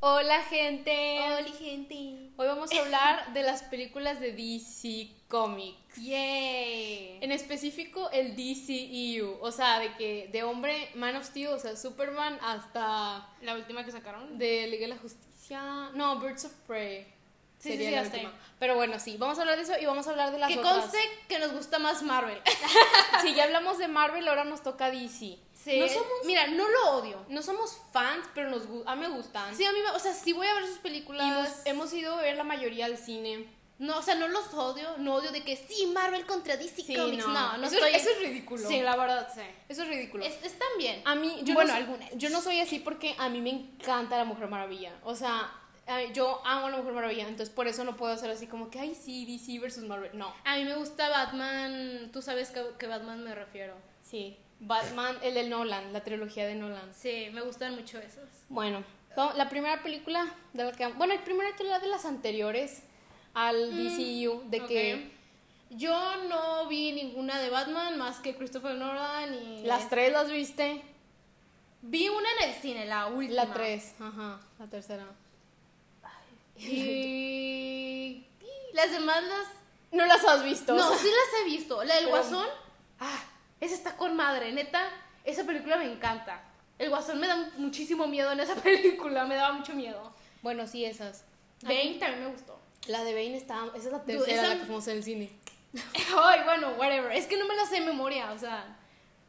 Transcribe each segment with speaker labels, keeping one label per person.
Speaker 1: Hola gente.
Speaker 2: Hola gente.
Speaker 1: Hoy vamos a hablar de las películas de DC Comics.
Speaker 2: Yay.
Speaker 1: En específico el DCEU, o sea, de que de hombre Man of Steel, o sea, Superman hasta
Speaker 2: La última que sacaron.
Speaker 1: de Liga de la Justicia. No, Birds of Prey.
Speaker 2: Sí,
Speaker 1: sería
Speaker 2: sí, sí,
Speaker 1: la
Speaker 2: hasta
Speaker 1: última.
Speaker 2: ahí.
Speaker 1: Pero bueno, sí, vamos a hablar de eso y vamos a hablar de las
Speaker 2: Que
Speaker 1: otras.
Speaker 2: conste que nos gusta más Marvel.
Speaker 1: Sí, ya hablamos de Marvel, ahora nos toca DC.
Speaker 2: Sí.
Speaker 1: No somos
Speaker 2: Mira, no lo odio.
Speaker 1: no somos fans, pero nos gu- a mí me gustan.
Speaker 2: Sí, a mí, me- o sea, sí voy a ver sus
Speaker 1: Y
Speaker 2: películas.
Speaker 1: hemos, hemos ido a ver la mayoría al cine.
Speaker 2: No, o sea, no los odio. No odio de que sí, Marvel contra DC
Speaker 1: Sí,
Speaker 2: Comics. No, no,
Speaker 1: eso,
Speaker 2: estoy.
Speaker 1: eso es ridículo.
Speaker 2: Sí, la verdad, sí.
Speaker 1: Eso es ridículo.
Speaker 2: Es- están bien.
Speaker 1: a mí, yo
Speaker 2: Bueno,
Speaker 1: no, soy-
Speaker 2: algunas.
Speaker 1: Yo no soy así porque a mí me encanta la Mujer Maravilla. O sea, eh, yo amo a la Mujer Maravilla, entonces por eso no puedo hacer así como que, ay, sí, DC versus Marvel. No.
Speaker 2: A mí me gusta Batman. Tú sabes que, que Batman me refiero.
Speaker 1: Sí. Batman, el de Nolan, la trilogía de Nolan.
Speaker 2: Sí, me gustan mucho esos.
Speaker 1: Bueno, va- la primera película de la que... Bueno, el primero que la de las anteriores al DCU, de
Speaker 2: Mm, Ok.
Speaker 1: que
Speaker 2: Yo no vi ninguna de Batman más que Christopher Nolan y.
Speaker 1: las tres las viste.
Speaker 2: Vi una en el cine, la última.
Speaker 1: La tres, ajá, la tercera.
Speaker 2: Y. y Las demás las.
Speaker 1: No las has visto. o
Speaker 2: No,
Speaker 1: sea,
Speaker 2: sí las he visto. La del
Speaker 1: Pero-
Speaker 2: Guasón. Ah, esa está con madre, neta. Esa película me encanta. El Guasón me da mu- muchísimo miedo en esa película. Me daba mucho miedo.
Speaker 1: Bueno, sí, esas.
Speaker 2: Bane también me gustó.
Speaker 1: La de Bane está... Esa es la
Speaker 2: Dude,
Speaker 1: tercera
Speaker 2: esa-
Speaker 1: la que fuimos en el cine.
Speaker 2: Ay, bueno, whatever. Es que no me las sé de memoria, o sea.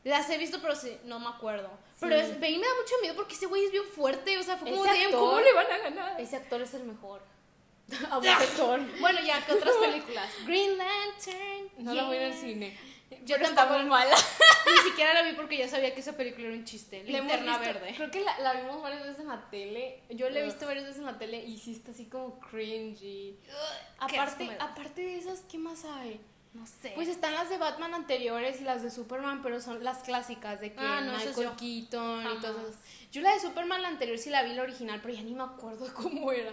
Speaker 2: Las he visto, pero sí, no me acuerdo. Pero
Speaker 1: Sí.
Speaker 2: es, Bane me da mucho miedo porque ese güey es bien fuerte. O sea, fue como,
Speaker 1: Ese
Speaker 2: "Damn,
Speaker 1: actor-
Speaker 2: ¿cómo le van a ganar?
Speaker 1: Ese actor es el mejor. A vos, actor.
Speaker 2: Bueno, ya, ¿qué otras películas? Green Lantern.
Speaker 1: No la voy a ir al
Speaker 2: yeah.
Speaker 1: cine.
Speaker 2: Yo
Speaker 1: Pero está
Speaker 2: tampoco.
Speaker 1: muy mala.
Speaker 2: Ni siquiera la vi porque ya sabía que esa película era un chiste.
Speaker 1: La hemos
Speaker 2: Linterna
Speaker 1: visto-
Speaker 2: verde.
Speaker 1: Creo que la, la vimos varias veces en la tele. Yo la he
Speaker 2: Ugh.
Speaker 1: visto varias veces en la tele y sí está así como cringy.
Speaker 2: Qué asco
Speaker 1: Aparte,
Speaker 2: me da. Eh.
Speaker 1: aparte de esas, ¿qué más hay?
Speaker 2: no sé.
Speaker 1: Pues están las de Batman anteriores y las de Superman, pero son las clásicas de que
Speaker 2: Ah, no, esas
Speaker 1: Michael
Speaker 2: yo
Speaker 1: Keaton y
Speaker 2: jamás.
Speaker 1: todas esas. Yo la de Superman la anterior sí la vi la original, pero ya ni me acuerdo cómo era.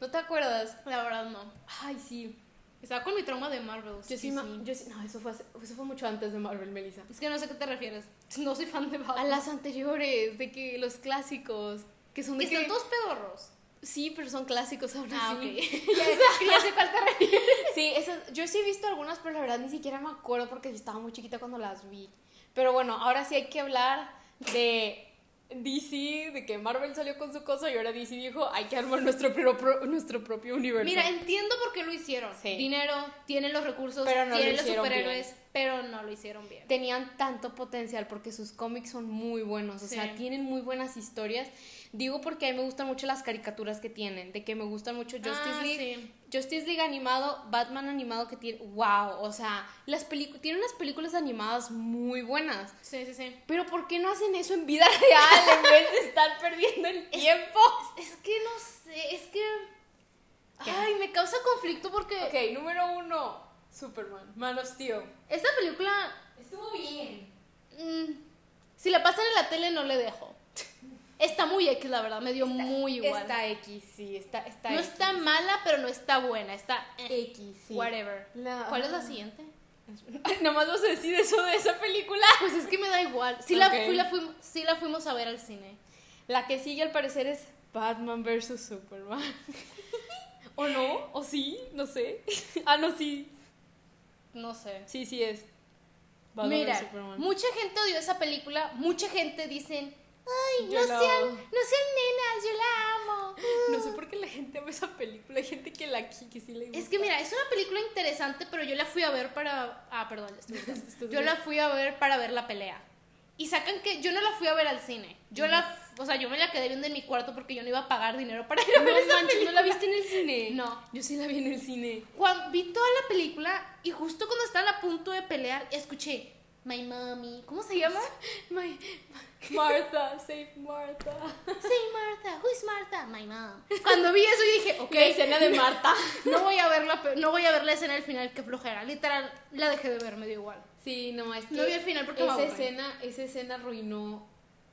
Speaker 1: ¿No te acuerdas?
Speaker 2: la verdad no.
Speaker 1: Ay, sí.
Speaker 2: Estaba con mi trauma de Marvel.
Speaker 1: Yo sí, ma- yo sí- no, eso fue hace- eso fue mucho antes de Marvel, Melissa.
Speaker 2: Es que no sé a qué te refieres. No soy fan de
Speaker 1: A
Speaker 2: Batman.
Speaker 1: las anteriores, de que los clásicos, que son de
Speaker 2: Que
Speaker 1: que,
Speaker 2: están todos pedorros.
Speaker 1: Sí, pero son clásicos aún
Speaker 2: Ah,
Speaker 1: así.
Speaker 2: ok. ya, ya sé cuál te refieres.
Speaker 1: Sí, esas, yo sí he visto algunas, pero la verdad ni siquiera me acuerdo porque yo estaba muy chiquita cuando las vi. Pero bueno, ahora sí hay que hablar de DC, de que Marvel salió con su cosa y ahora DC dijo, hay que armar nuestro, pro- pro- nuestro propio universo.
Speaker 2: Mira, entiendo por qué lo hicieron.
Speaker 1: Sí.
Speaker 2: Dinero, tienen los recursos,
Speaker 1: Pero no lo
Speaker 2: tienen los
Speaker 1: hicieron
Speaker 2: superhéroes, pero no lo hicieron bien.
Speaker 1: tenían tanto potencial porque sus cómics son muy buenos, o
Speaker 2: Sí.
Speaker 1: sea, tienen muy buenas historias. Digo porque a mí me gustan mucho las caricaturas que tienen, de que me gustan mucho Justice
Speaker 2: Ah,
Speaker 1: League.
Speaker 2: sí.
Speaker 1: Justice League animado, Batman animado que tiene, wow, o sea, las pelicu- tiene unas películas animadas muy buenas.
Speaker 2: Sí, sí, sí.
Speaker 1: Pero ¿por qué no hacen eso en vida real en vez de estar perdiendo el tiempo?
Speaker 2: Es que no sé, es que.
Speaker 1: ¿Qué?
Speaker 2: Ay, me causa conflicto porque
Speaker 1: Ok, número uno, Superman, Man of Steel.
Speaker 2: esta película,
Speaker 1: Estuvo bien.
Speaker 2: mm, si la pasan en la tele, no le dejo. Está muy X, la verdad, me dio muy igual.
Speaker 1: Está X, sí, está, está
Speaker 2: no
Speaker 1: X.
Speaker 2: está mala, pero no está buena, está. eh,
Speaker 1: X, sí. Ah.
Speaker 2: Whatever.
Speaker 1: La-
Speaker 2: ¿Cuál es la siguiente?
Speaker 1: Nomás vas a decir eso de esa película.
Speaker 2: Pues es que me da igual. Sí,
Speaker 1: Ok.
Speaker 2: la, fui- la fuim- sí la fuimos a ver al cine.
Speaker 1: La que sigue al parecer es Batman vs. Superman. ¿O no? ¿O sí? No sé. Ah, no, sí.
Speaker 2: No sé.
Speaker 1: Sí, sí es.
Speaker 2: Mira,
Speaker 1: vs. Superman.
Speaker 2: mucha gente odió esa película, mucha gente dicen, ay,
Speaker 1: Yo
Speaker 2: no
Speaker 1: la
Speaker 2: sean, no sean
Speaker 1: amo".
Speaker 2: nenas, yo la amo.
Speaker 1: No sé por qué la gente ama esa película. Hay gente que la qui- que sí le gusta.
Speaker 2: Es que mira, es una película interesante, pero yo la fui a ver para... Ah, perdón, estoy-
Speaker 1: Estás
Speaker 2: yo
Speaker 1: bien.
Speaker 2: la fui a ver para ver la pelea. Y sacan que yo no la fui a ver al cine. Yo la... O sea, yo me la quedé viendo en mi cuarto porque yo no iba a pagar dinero para ir a ver
Speaker 1: No
Speaker 2: esa
Speaker 1: manches, ¿no
Speaker 2: película.
Speaker 1: la viste en el cine?
Speaker 2: No.
Speaker 1: Yo sí la vi en el cine.
Speaker 2: Cuan- vi toda la película y justo cuando estaban a punto de pelear, escuché... My mommy, ¿cómo se llama?
Speaker 1: My, Martha, save Martha.
Speaker 2: Sí, Martha, who's Martha? My mom. Cuando vi eso yo dije, ok,
Speaker 1: La escena de Martha.
Speaker 2: no voy a ver la, pe- no voy a ver la escena del final, que flojera. Literal, la dejé de ver, me dio igual.
Speaker 1: Sí, no, es que
Speaker 2: No vi el final porque me
Speaker 1: esa
Speaker 2: aburre.
Speaker 1: escena, esa escena arruinó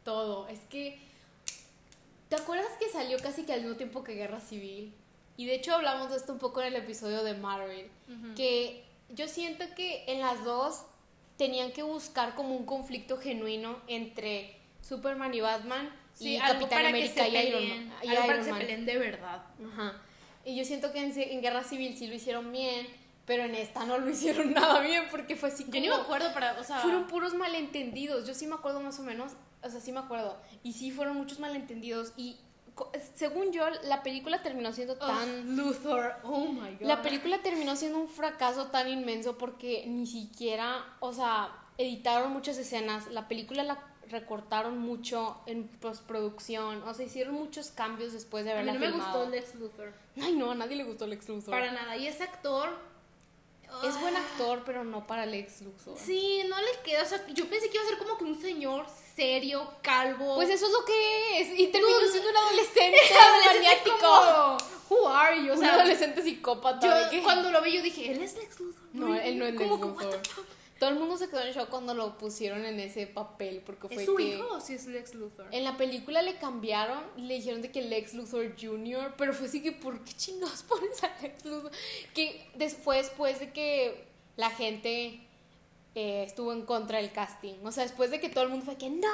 Speaker 1: todo. Es que ¿Te acuerdas que salió casi que al mismo tiempo que Guerra Civil? Y de hecho hablamos de esto un poco en el episodio de Marvel, que yo siento que en las dos tenían que buscar como un conflicto genuino entre Superman y Batman, y
Speaker 2: Sí, algo
Speaker 1: Capitán
Speaker 2: para que
Speaker 1: América
Speaker 2: se
Speaker 1: y Iron
Speaker 2: peleen.
Speaker 1: Man. y
Speaker 2: Algo para
Speaker 1: Iron
Speaker 2: que se
Speaker 1: Man.
Speaker 2: peleen de verdad.
Speaker 1: Ajá. Y yo siento que en, se- en Guerra Civil sí lo hicieron bien, pero en esta no lo hicieron nada bien porque fue así como...
Speaker 2: Yo ni me acuerdo para, o sea,
Speaker 1: Fueron puros malentendidos, yo sí me acuerdo más o menos, o sea, sí me acuerdo. Y sí fueron muchos malentendidos y co- según yo la película terminó siendo
Speaker 2: oh,
Speaker 1: tan...
Speaker 2: Luthor, oh my god.
Speaker 1: La película terminó siendo un fracaso tan inmenso porque ni siquiera, o sea, editaron muchas escenas, la película la recortaron mucho en postproducción, o sea, hicieron muchos cambios después de
Speaker 2: a mí
Speaker 1: haberla
Speaker 2: no me
Speaker 1: filmado.
Speaker 2: gustó Lex Luthor.
Speaker 1: Ay, no, a nadie le gustó Lex Luthor.
Speaker 2: Para nada. Y ese actor
Speaker 1: Es buen actor, pero no para Lex Luthor.
Speaker 2: Sí, no le queda. O sea, yo pensé que iba a ser como que un señor serio, calvo.
Speaker 1: Pues eso es lo que es. Y terminó
Speaker 2: No,
Speaker 1: siendo un adolescente
Speaker 2: adolescente
Speaker 1: maniático.
Speaker 2: como, Who are you? O
Speaker 1: Un
Speaker 2: sea,
Speaker 1: adolescente psicópata. ¿de qué?
Speaker 2: yo cuando lo vi yo dije, él es Lex Luthor.
Speaker 1: No, él no es Lex
Speaker 2: Como que,
Speaker 1: Luthor.
Speaker 2: what the fuck?
Speaker 1: Todo el mundo se quedó en shock cuando lo pusieron en ese papel. Porque fue
Speaker 2: ¿Es su
Speaker 1: que.
Speaker 2: hijo o si es Lex Luthor?
Speaker 1: En la película le cambiaron, le dijeron de que Lex Luthor Jr., pero fue así que, ¿por qué chingados pones a Lex Luthor? Que des- fue después de que la gente eh, estuvo en contra del casting. O sea, después de que todo el mundo fue que, ¡No!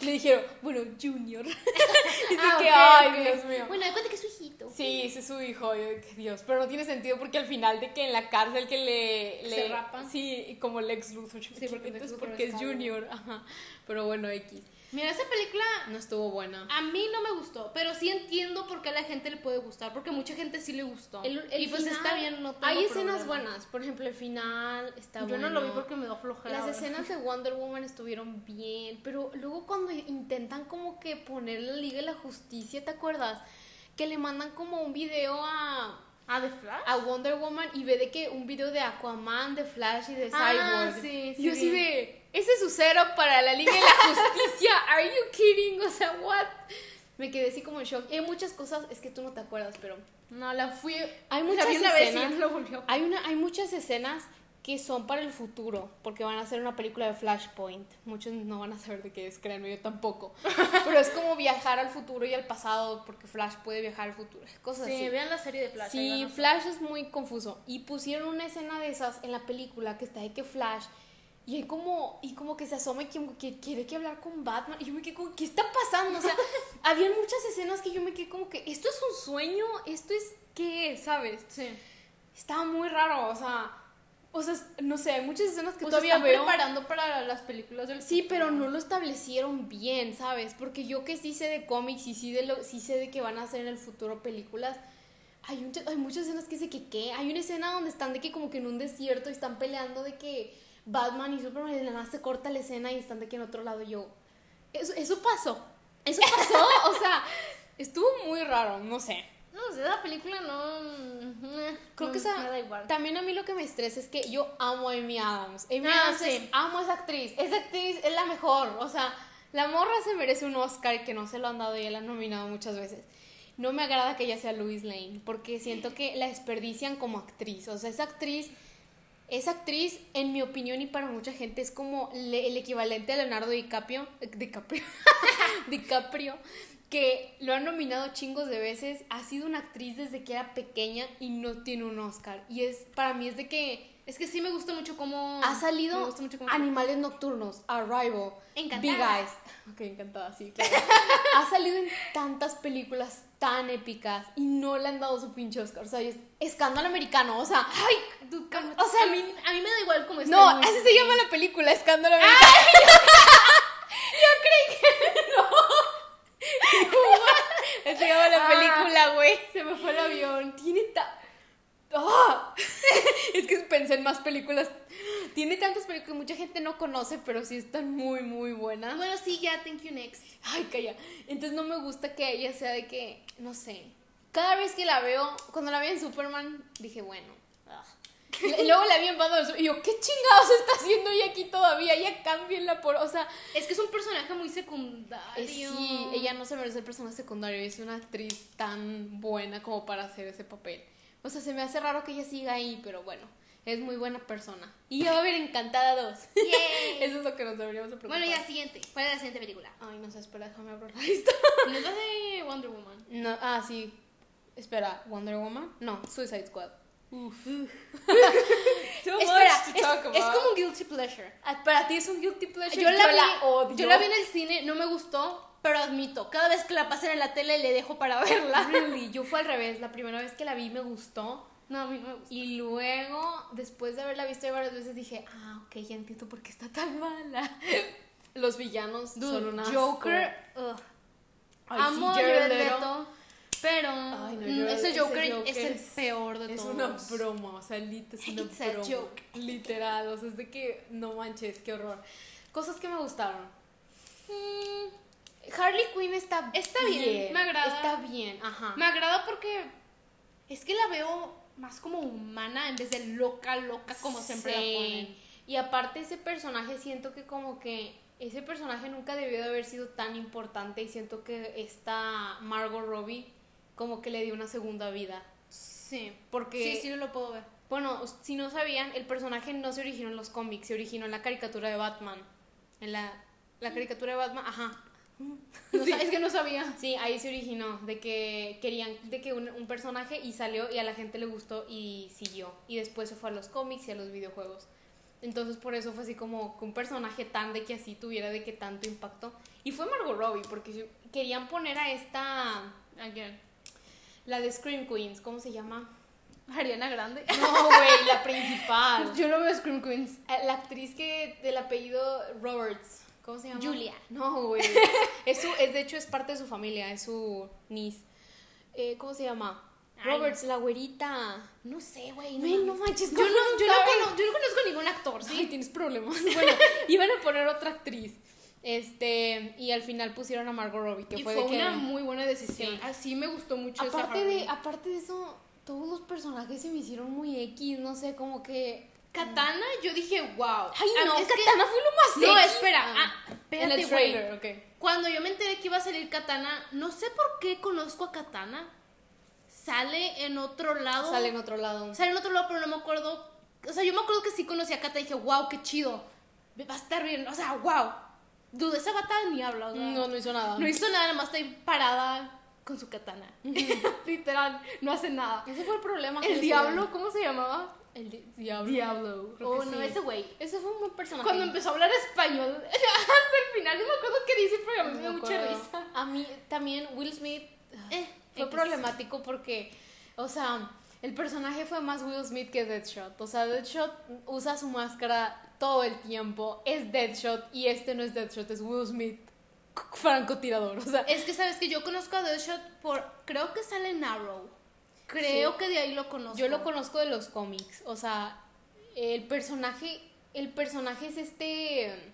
Speaker 1: Le dijeron, bueno, Junior. y así
Speaker 2: Ah,
Speaker 1: que,
Speaker 2: ok,
Speaker 1: ¡ay,
Speaker 2: ok.
Speaker 1: Dios mío!
Speaker 2: Bueno, de cuenta que es su hijito.
Speaker 1: Sí, ese es su hijo, yo de que, Dios, pero no tiene sentido porque al final de que en la cárcel que le... le-
Speaker 2: Se rapan.
Speaker 1: Sí, y como Lex Luthor. yo de
Speaker 2: Sí,
Speaker 1: que,
Speaker 2: porque Lex
Speaker 1: entonces,
Speaker 2: Luthor
Speaker 1: porque
Speaker 2: es
Speaker 1: es
Speaker 2: calvo.
Speaker 1: Junior. Ajá. Pero bueno, X.
Speaker 2: Mira, esa película
Speaker 1: No estuvo buena.
Speaker 2: a mí no me gustó, pero sí entiendo por qué a la gente le puede gustar, porque mucha gente sí le gustó.
Speaker 1: El- el
Speaker 2: y pues
Speaker 1: final-
Speaker 2: está bien, no tengo
Speaker 1: Hay escenas
Speaker 2: problema.
Speaker 1: buenas, por ejemplo, el final está
Speaker 2: Yo
Speaker 1: bueno.
Speaker 2: no lo vi porque me dio flojera.
Speaker 1: Las
Speaker 2: ¿verdad?
Speaker 1: escenas de Wonder Woman estuvieron bien, pero luego cuando intentan como que poner la Liga de la Justicia, ¿te acuerdas? Que le mandan como un video a,
Speaker 2: Ah, de Flash.
Speaker 1: a Wonder Woman y ve de que un video de Aquaman, de Flash y de
Speaker 2: Ah,
Speaker 1: Cyborg.
Speaker 2: sí,
Speaker 1: Y
Speaker 2: sí,
Speaker 1: yo así
Speaker 2: vi.
Speaker 1: de, ese es su cero para la Liga de la Justicia, are you kidding? O sea, what? Me quedé así como en shock. Y hay muchas cosas, es que tú no te acuerdas, pero...
Speaker 2: No, la fui.
Speaker 1: Hay
Speaker 2: la
Speaker 1: muchas
Speaker 2: vi una vez y
Speaker 1: escenas.
Speaker 2: ya no la volví a ver.
Speaker 1: Hay, una, hay muchas escenas que son para el futuro, porque van a hacer una película de Flashpoint. Muchos no van a saber de qué es, créanme, yo tampoco. Pero es como viajar al futuro y al pasado, porque Flash puede viajar al futuro, cosas
Speaker 2: Sí,
Speaker 1: así.
Speaker 2: vean la serie de Flash. ahí
Speaker 1: Sí,
Speaker 2: van a-
Speaker 1: Flash es muy confuso. Y pusieron una escena de esas en la película que está de que Flash. Y hay como, y como que se asoma y como que quiere que hablar con Batman. Y yo me quedé como, ¿qué está pasando? O sea, había muchas escenas que yo me quedé como que, ¿esto es un sueño? ¿Esto es qué? es?", ¿Sabes?
Speaker 2: Sí.
Speaker 1: Estaba muy raro, o sea, o sea, no sé, hay muchas escenas que
Speaker 2: Pues
Speaker 1: todavía
Speaker 2: están
Speaker 1: veo.
Speaker 2: preparando para las películas del
Speaker 1: Sí,
Speaker 2: futuro.
Speaker 1: pero no lo establecieron bien, ¿sabes? Porque yo que sí sé de cómics y sí, de lo, sí sé de que van a hacer en el futuro películas, hay, un- hay muchas escenas que sé que qué. Hay una escena donde están de que como que en un desierto y están peleando de que Batman y Superman y de la nada se corta la escena y están de que en otro lado yo. Eso, eso pasó, eso pasó, o sea, estuvo muy raro, no sé.
Speaker 2: No sé, esa película no. mm,
Speaker 1: Creo
Speaker 2: no,
Speaker 1: que esa-
Speaker 2: Me da igual.
Speaker 1: También a mí lo que me estresa es que yo amo a Amy Adams. Amy
Speaker 2: Ah,
Speaker 1: Adams es-
Speaker 2: sí.
Speaker 1: amo a esa actriz. Esa actriz es la mejor. O sea, la morra se merece un Oscar que no se lo han dado y ella la han nominado muchas veces. No me agrada que ella sea Louise Lane porque siento que la desperdician como actriz. O sea, esa actriz, esa actriz, en mi opinión y para mucha gente, es como le- el equivalente a Leonardo DiCaprio. DiCaprio. DiCaprio, que lo han nominado chingos de veces, ha sido una actriz desde que era pequeña y no tiene un Oscar. Y es, para mí es de que
Speaker 2: Es que sí me gusta mucho cómo.
Speaker 1: ha salido
Speaker 2: Me gusta mucho cómo.
Speaker 1: Animales Nocturnos, Arrival,
Speaker 2: Encantada.
Speaker 1: Big Eyes. Ok, encantada, sí, claro. ha salido en tantas películas tan épicas y no le han dado su pinche Oscar. O sea, es escándalo americano, o sea...
Speaker 2: Ay, dude,
Speaker 1: O
Speaker 2: o
Speaker 1: sea,
Speaker 2: sea, a mí, a mí me da igual cómo está.
Speaker 1: No,
Speaker 2: el mundo.
Speaker 1: así se llama la película, Escándalo Americano. Yo creí que no. Así se llama la
Speaker 2: Ah.
Speaker 1: película, güey.
Speaker 2: Se me fue el avión.
Speaker 1: Tiene ta... ¡Ah! Es que pensé en más películas. Tiene tantas películas que mucha gente no conoce, pero sí están muy, muy buenas.
Speaker 2: Ah, Bueno, sí, ya, thank you next.
Speaker 1: Ay, calla. Entonces no me gusta que ella sea de que, no sé. Cada vez que la veo, cuando la vi en Superman, dije, bueno. ah. Y luego la vi en Batman vs. Superman, y yo, ¿qué chingados está haciendo ella aquí todavía? Ya cámbienla por. O sea,
Speaker 2: Es que es un personaje muy
Speaker 1: eh,
Speaker 2: secundario.
Speaker 1: sí, ella no se merece el personaje secundario. Es una actriz tan buena como para hacer ese papel. O sea, se me hace raro que ella siga ahí, pero bueno, es muy buena persona. Y ya va a haber encantada dos.
Speaker 2: Yay.
Speaker 1: Eso es lo que nos deberíamos de preocupar.
Speaker 2: Bueno, ya, siguiente. ¿Cuál es la siguiente película?
Speaker 1: Ay, no sé, espera, déjame abrir la lista.
Speaker 2: No es la de Wonder Woman.
Speaker 1: No, ah, sí. Espera, Wonder Woman. No, Suicide Squad.
Speaker 2: Espera, es, es como un guilty pleasure.
Speaker 1: Ah, Para ti es un guilty pleasure.
Speaker 2: Yo la, vi,
Speaker 1: odio.
Speaker 2: yo la vi en el cine, no me gustó, pero admito, cada vez que la pasen en la tele le dejo para verla.
Speaker 1: Really, yo fue al revés. La primera vez que la vi me gustó.
Speaker 3: No, a mí no me gusta.
Speaker 1: Y luego, después de haberla visto ya varias veces, dije, ah, ok, ya entiendo por qué está tan mala. Los villanos
Speaker 2: Dude,
Speaker 1: son una.
Speaker 2: Joker, ugh, amo a Jared Leto, pero
Speaker 1: Ay, no,
Speaker 2: mm,
Speaker 1: Jared-
Speaker 2: ese
Speaker 1: ese
Speaker 2: Joker,
Speaker 1: Joker
Speaker 2: es el
Speaker 1: es-
Speaker 2: peor de
Speaker 1: Es
Speaker 2: todos.
Speaker 1: una broma, o sea, lit- es una
Speaker 2: It's a
Speaker 1: broma.
Speaker 2: joke.
Speaker 1: Literal, o sea, es de que no manches, qué horror. Cosas que me gustaron.
Speaker 2: Mm,
Speaker 1: Harley Quinn está,
Speaker 2: Está bien, me agrada.
Speaker 1: Está bien, ajá.
Speaker 2: me agrada porque es que la veo más como humana en vez de loca, loca como siempre la
Speaker 1: Sí.
Speaker 2: ponen.
Speaker 1: Y aparte ese personaje siento que como que ese personaje nunca debió de haber sido tan importante y siento que esta Margot Robbie como que le dio una segunda vida.
Speaker 2: Sí,
Speaker 1: Porque,
Speaker 2: sí, sí lo puedo ver.
Speaker 1: bueno, us- si no sabían, el personaje no se originó en los cómics, se originó en la caricatura de Batman. En la, la caricatura de Batman, ajá.
Speaker 2: No sab- Es que no sabía.
Speaker 1: Sí, ahí se originó, de que querían, de que un, un personaje y salió y a la gente le gustó y siguió. Y después se fue a los cómics y a los videojuegos. Entonces por eso fue así como que un personaje tan de que así tuviera de que tanto impacto. Y fue Margot Robbie, porque si- querían poner a esta,
Speaker 2: Again.
Speaker 1: la de Scream Queens, ¿cómo se llama?
Speaker 2: Ariana Grande.
Speaker 1: No, güey, la principal.
Speaker 2: Pues Yo no veo Scream Queens.
Speaker 1: Eh, La actriz que del apellido Roberts, ¿cómo se llama?
Speaker 2: Julia.
Speaker 1: No, güey. Es su, es de hecho es parte de su familia, es su niece. Eh, ¿Cómo se llama?
Speaker 2: Ay.
Speaker 1: Roberts, la güerita.
Speaker 2: No sé, güey.
Speaker 1: Güey, no manches, ¿cómo no
Speaker 2: yo, no
Speaker 1: sabes?
Speaker 2: cono- yo no conozco ningún actor,
Speaker 1: Sí,
Speaker 2: ¿sí?
Speaker 1: tienes problemas. Bueno, iban a poner otra actriz. Este, y al final pusieron a Margot Robbie, que
Speaker 2: Y
Speaker 1: fue,
Speaker 2: fue,
Speaker 1: de que
Speaker 2: una muy buena decisión.
Speaker 1: Sí.
Speaker 2: Así me gustó mucho esa
Speaker 1: aparte de ah,
Speaker 2: Harley.
Speaker 1: aparte de eso, todos los personajes se me hicieron muy X, no sé, como que
Speaker 2: Katana, yo dije, wow.
Speaker 1: Ay,
Speaker 2: Ah,
Speaker 1: no,
Speaker 2: es que-
Speaker 1: Katana fue lo más
Speaker 2: No,
Speaker 1: X.
Speaker 2: espera.
Speaker 1: Ah,
Speaker 2: Ah,
Speaker 1: en
Speaker 2: espérate,
Speaker 1: el
Speaker 2: güey.
Speaker 1: trailer, ok.
Speaker 2: Cuando yo me enteré que iba a salir Katana, no sé por qué conozco a Katana. Sale en otro lado.
Speaker 1: Sale en otro lado.
Speaker 2: Sale en otro lado, pero no me acuerdo. O sea, yo me acuerdo que sí conocí a Katana y dije, wow, qué chido. Va a estar bien. O sea, wow. Dude, esa bata ni habla. o sea.
Speaker 1: No, no hizo nada.
Speaker 2: No hizo nada, nada más está ahí parada con su katana. Literal, no hace nada.
Speaker 1: Ese fue el problema. que
Speaker 2: El
Speaker 1: yo
Speaker 2: diablo, ¿cómo se llamaba?
Speaker 1: tuve. El di- diablo.
Speaker 2: Diablo.
Speaker 1: creo
Speaker 2: Oh,
Speaker 1: que
Speaker 2: no,
Speaker 1: sí.
Speaker 2: ese güey.
Speaker 1: Ese fue un buen personaje.
Speaker 2: Cuando empezó a hablar español, hasta el final, no me acuerdo qué dice, pero a mí
Speaker 1: No
Speaker 2: me
Speaker 1: me
Speaker 2: dio mucha
Speaker 1: acuerdo.
Speaker 2: risa.
Speaker 1: A mí también Will Smith ah,
Speaker 2: Eh,
Speaker 1: fue
Speaker 2: X.
Speaker 1: problemático porque, o sea, el personaje fue más Will Smith que Deadshot. O sea, Deadshot usa su máscara todo el tiempo. Es Deadshot y este no es Deadshot, es Will Smith c- francotirador. O sea,
Speaker 2: Es que sabes que yo conozco a Deadshot por. Creo que sale en Arrow. Creo
Speaker 1: Sí.
Speaker 2: que de ahí lo conozco.
Speaker 1: Yo lo conozco de los cómics, o sea, el personaje, el personaje es este,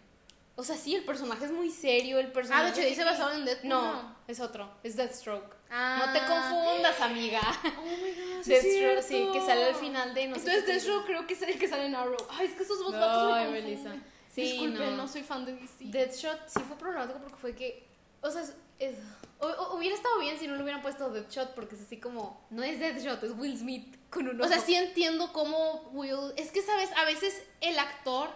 Speaker 1: o sea, sí, el personaje es muy serio, el
Speaker 2: Ah,
Speaker 1: personaje.
Speaker 2: de hecho, dice basado en Deadpool.
Speaker 1: No, es otro, es Deathstroke.
Speaker 2: Ah.
Speaker 1: No te confundas, amiga.
Speaker 2: Oh my god. sí es
Speaker 1: Deathstroke, sí,
Speaker 2: cierto.
Speaker 1: que sale al final de no sé
Speaker 2: Entonces
Speaker 1: qué
Speaker 2: Deathstroke creo que es el que sale en Arrow. Ay, es que esos dos
Speaker 1: No,
Speaker 2: vatos me
Speaker 1: ay,
Speaker 2: confunden.
Speaker 1: Melissa. Sí,
Speaker 2: Disculpen,
Speaker 1: no.
Speaker 2: no. soy fan de DC.
Speaker 1: Deathshot sí fue problemático porque fue que, o sea, es- es- o- o- hubiera estado bien si no le hubieran puesto Deathshot porque es así como, no es Deathshot, es Will Smith con un
Speaker 2: O sea,
Speaker 1: ojo.
Speaker 2: sí entiendo cómo Will... Es que, ¿sabes? A veces el actor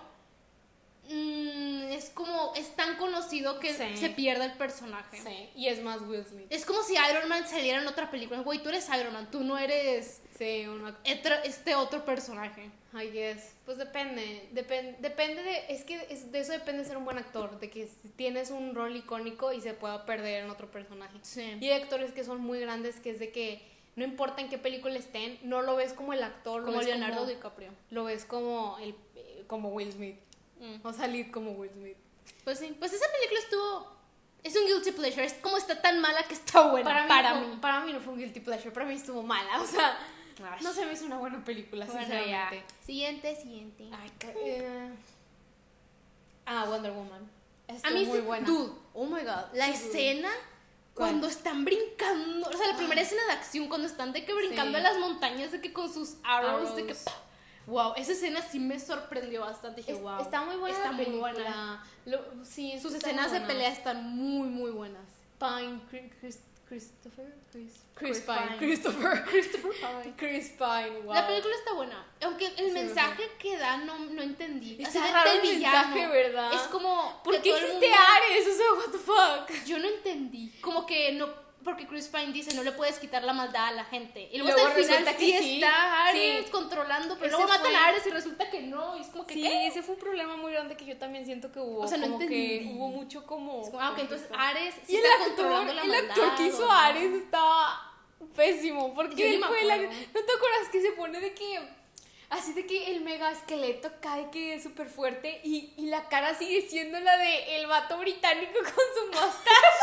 Speaker 2: mm, es como... Es tan conocido que
Speaker 1: Sí.
Speaker 2: se pierde el personaje.
Speaker 1: Sí, y es más Will Smith.
Speaker 2: Es como si Iron Man saliera en otra película. Güey, tú eres Iron Man, tú no eres
Speaker 1: Sí, un actor.
Speaker 2: etro- este otro personaje.
Speaker 1: I guess. Pues depende, depen- depende de, es que es- de eso depende ser un buen actor, de que si tienes un rol icónico y se pueda perder en otro personaje.
Speaker 2: Sí.
Speaker 1: Y hay actores que son muy grandes, que es de que no importa en qué película estén, no lo ves como el actor, lo
Speaker 2: Como
Speaker 1: ves
Speaker 2: Leonardo
Speaker 1: como,
Speaker 2: DiCaprio.
Speaker 1: lo ves como, el, eh, como Will Smith,
Speaker 2: Mm.
Speaker 1: o salir como Will Smith.
Speaker 2: Pues sí. Pues esa película estuvo... Es un guilty pleasure. Es como está tan mala que está buena para mí.
Speaker 1: no fue- para mí no fue un guilty pleasure, para mí estuvo mala, o sea,
Speaker 2: Ay.
Speaker 1: no se me hizo una buena película,
Speaker 2: Bueno, ya.
Speaker 1: sinceramente.
Speaker 2: Siguiente, siguiente.
Speaker 1: Ay, ca- eh. Ah, Wonder Woman.
Speaker 2: A
Speaker 1: Estuvo
Speaker 2: mí
Speaker 1: muy
Speaker 2: se-
Speaker 1: buena.
Speaker 2: Dude, oh my god. La escena
Speaker 1: ¿Cuál? Ah.
Speaker 2: cuando están brincando. O sea, la primera escena de acción cuando están de que
Speaker 1: Sí.
Speaker 2: brincando en las montañas, de que con sus arrows, de que.
Speaker 1: Arrows.
Speaker 2: ¡pah! Wow, esa escena sí me sorprendió bastante. Dije,
Speaker 1: Es-
Speaker 2: wow.
Speaker 1: Está muy buena
Speaker 2: está
Speaker 1: la
Speaker 2: muy
Speaker 1: película.
Speaker 2: buena.
Speaker 1: Lo- sí,
Speaker 2: Sus
Speaker 1: está
Speaker 2: escenas
Speaker 1: muy
Speaker 2: de
Speaker 1: buena.
Speaker 2: pelea están muy, muy buenas.
Speaker 1: Pine, Cri- Chris- Christopher, Chris,
Speaker 2: Chris
Speaker 1: Chris
Speaker 2: Pine.
Speaker 1: Pine, Christopher, Christopher Pine, Chris Pine, wow.
Speaker 2: La película está buena. Aunque el
Speaker 1: Sí,
Speaker 2: mensaje que da no, no entendí.
Speaker 1: está
Speaker 2: O sea, del-
Speaker 1: raro
Speaker 2: del
Speaker 1: el
Speaker 2: villano.
Speaker 1: mensaje, ¿verdad?
Speaker 2: Es como.
Speaker 1: ¿Por
Speaker 2: que
Speaker 1: qué
Speaker 2: todo el
Speaker 1: hiciste
Speaker 2: mundo-
Speaker 1: Ares? O sea, what the fuck.
Speaker 2: Yo no entendí. Como que no. porque Chris Pine dice, no le puedes quitar la maldad a la gente. Y
Speaker 1: Luego
Speaker 2: luego, al final
Speaker 1: resulta que
Speaker 2: sí
Speaker 1: sí,
Speaker 2: está Ares
Speaker 1: sí.
Speaker 2: controlando, pero
Speaker 1: Ese
Speaker 2: luego matan
Speaker 1: fue-
Speaker 2: a Ares y resulta que no. Y es como que,
Speaker 1: Sí,
Speaker 2: ¿qué?
Speaker 1: ese fue un problema muy grande que yo también siento que hubo.
Speaker 2: O sea, no
Speaker 1: como que
Speaker 2: entendí.
Speaker 1: hubo mucho como.
Speaker 2: Es como, ah, ok, entonces
Speaker 1: conflicto.
Speaker 2: Ares sí
Speaker 1: y el
Speaker 2: está
Speaker 1: actor,
Speaker 2: controlando la
Speaker 1: el
Speaker 2: maldad.
Speaker 1: actor que hizo
Speaker 2: o-
Speaker 1: Ares estaba pésimo.
Speaker 2: Yo
Speaker 1: Porque
Speaker 2: ni
Speaker 1: él
Speaker 2: me
Speaker 1: fue la-
Speaker 2: acuerdo.
Speaker 1: ¿No te acuerdas que se pone de que. Así de que el mega esqueleto cae que es súper fuerte y, y la cara sigue siendo la de el vato británico con su mustache.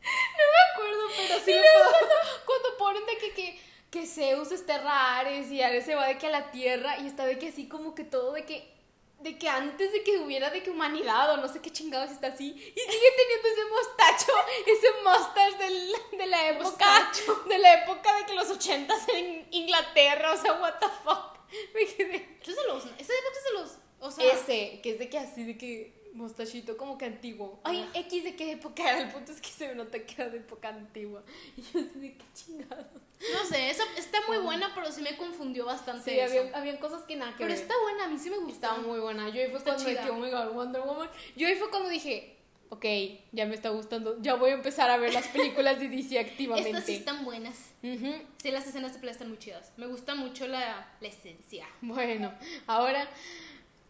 Speaker 1: no me acuerdo, pero sí. Y luego cuando, cuando ponen de que, que, que Zeus desterra a Ares y Ares se va de que a la tierra y está de que así como que todo de que. De que antes de que hubiera de que humanidad o no sé qué chingados está así. Y sigue teniendo ese mostacho, ese mustache del- de la época. De la época de que los ochentas en Inglaterra, o sea, what the fuck. Me quedé.
Speaker 2: Yo se los... Esa época se los... O sea,
Speaker 1: Ese, que es de que así, de que mostachito como que antiguo. Ay, X de qué época era, el punto es que se nota que era de época antigua. Y yo así de qué chingado.
Speaker 2: no sé, esa está muy buena, pero sí me confundió bastante
Speaker 1: Sí,
Speaker 2: eso.
Speaker 1: había, habían cosas que nada que
Speaker 2: Pero
Speaker 1: ver.
Speaker 2: está buena, a mí sí me gustó.
Speaker 1: Estaba muy buena. Yo ahí fue
Speaker 2: Está
Speaker 1: cuando dije,
Speaker 2: chida.
Speaker 1: oh my god, Wonder Woman. Yo ahí fue cuando dije, ok, ya me está gustando. Ya voy a empezar a ver las películas de DC activamente.
Speaker 2: Estas sí están buenas.
Speaker 1: Ujú.
Speaker 2: Sí, las escenas de pelea están muy chidas. Me gusta mucho la, la esencia.
Speaker 1: Bueno, ahora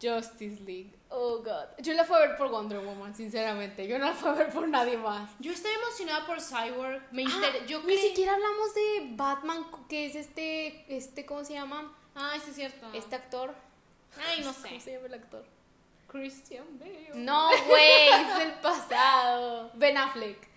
Speaker 1: Justice League. Oh god. Yo la fui a ver por Wonder Woman, sinceramente. Yo no la fui a ver por nadie más.
Speaker 2: Yo estoy emocionada por Cyborg. Me
Speaker 1: Ah,
Speaker 2: inter- yo
Speaker 1: ni
Speaker 2: creí-
Speaker 1: siquiera hablamos de Batman, que es este, este ¿cómo se llama?
Speaker 2: Ay, Ah, sí es cierto.
Speaker 1: Este actor.
Speaker 2: Ay, no
Speaker 1: ¿Cómo
Speaker 2: sé.
Speaker 1: se llama el actor?
Speaker 2: Christian Bale.
Speaker 1: No, güey, es del pasado. Ben Affleck.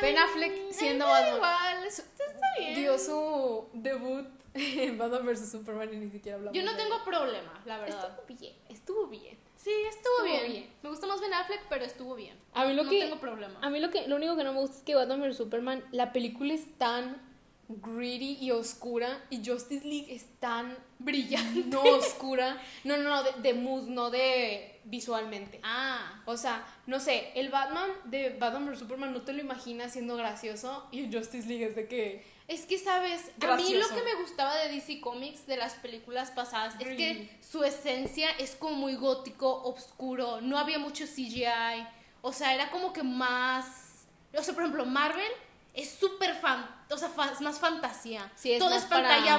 Speaker 1: Ben
Speaker 2: Ay,
Speaker 1: Affleck
Speaker 2: ay,
Speaker 1: siendo
Speaker 2: me da
Speaker 1: Batman.
Speaker 2: igual, eso está bien.
Speaker 1: Dio su debut en Batman vs Superman y ni siquiera hablamos.
Speaker 2: Yo no
Speaker 1: de él.
Speaker 2: tengo problema, la verdad.
Speaker 1: Estuvo bien, estuvo bien.
Speaker 2: Sí, estuvo,
Speaker 1: Estuvo
Speaker 2: bien.
Speaker 1: bien.
Speaker 2: Me gusta más Ben Affleck, pero estuvo bien.
Speaker 1: A mí lo
Speaker 2: no
Speaker 1: que
Speaker 2: tengo problema.
Speaker 1: A mí lo, que, lo único que no me gusta es que Batman vs Superman, la película es tan gritty y oscura y Justice League es tan brillante, no oscura, no, no, no, de, de mood, no de visualmente.
Speaker 2: Ah,
Speaker 1: O sea, no sé, el Batman de Batman vs Superman no te lo imaginas siendo gracioso y el Justice League es de que...
Speaker 2: es que sabes, a mí
Speaker 1: Gracioso.
Speaker 2: lo que me gustaba de DC Comics de las películas pasadas es
Speaker 1: Really.
Speaker 2: que su esencia es como muy gótico, obscuro, no había mucho CGI, o sea, era como que más, o sea, por ejemplo, Marvel es súper fan, o sea, fa- es más fantasía.
Speaker 1: Sí, es
Speaker 2: todo
Speaker 1: más
Speaker 2: es pantalla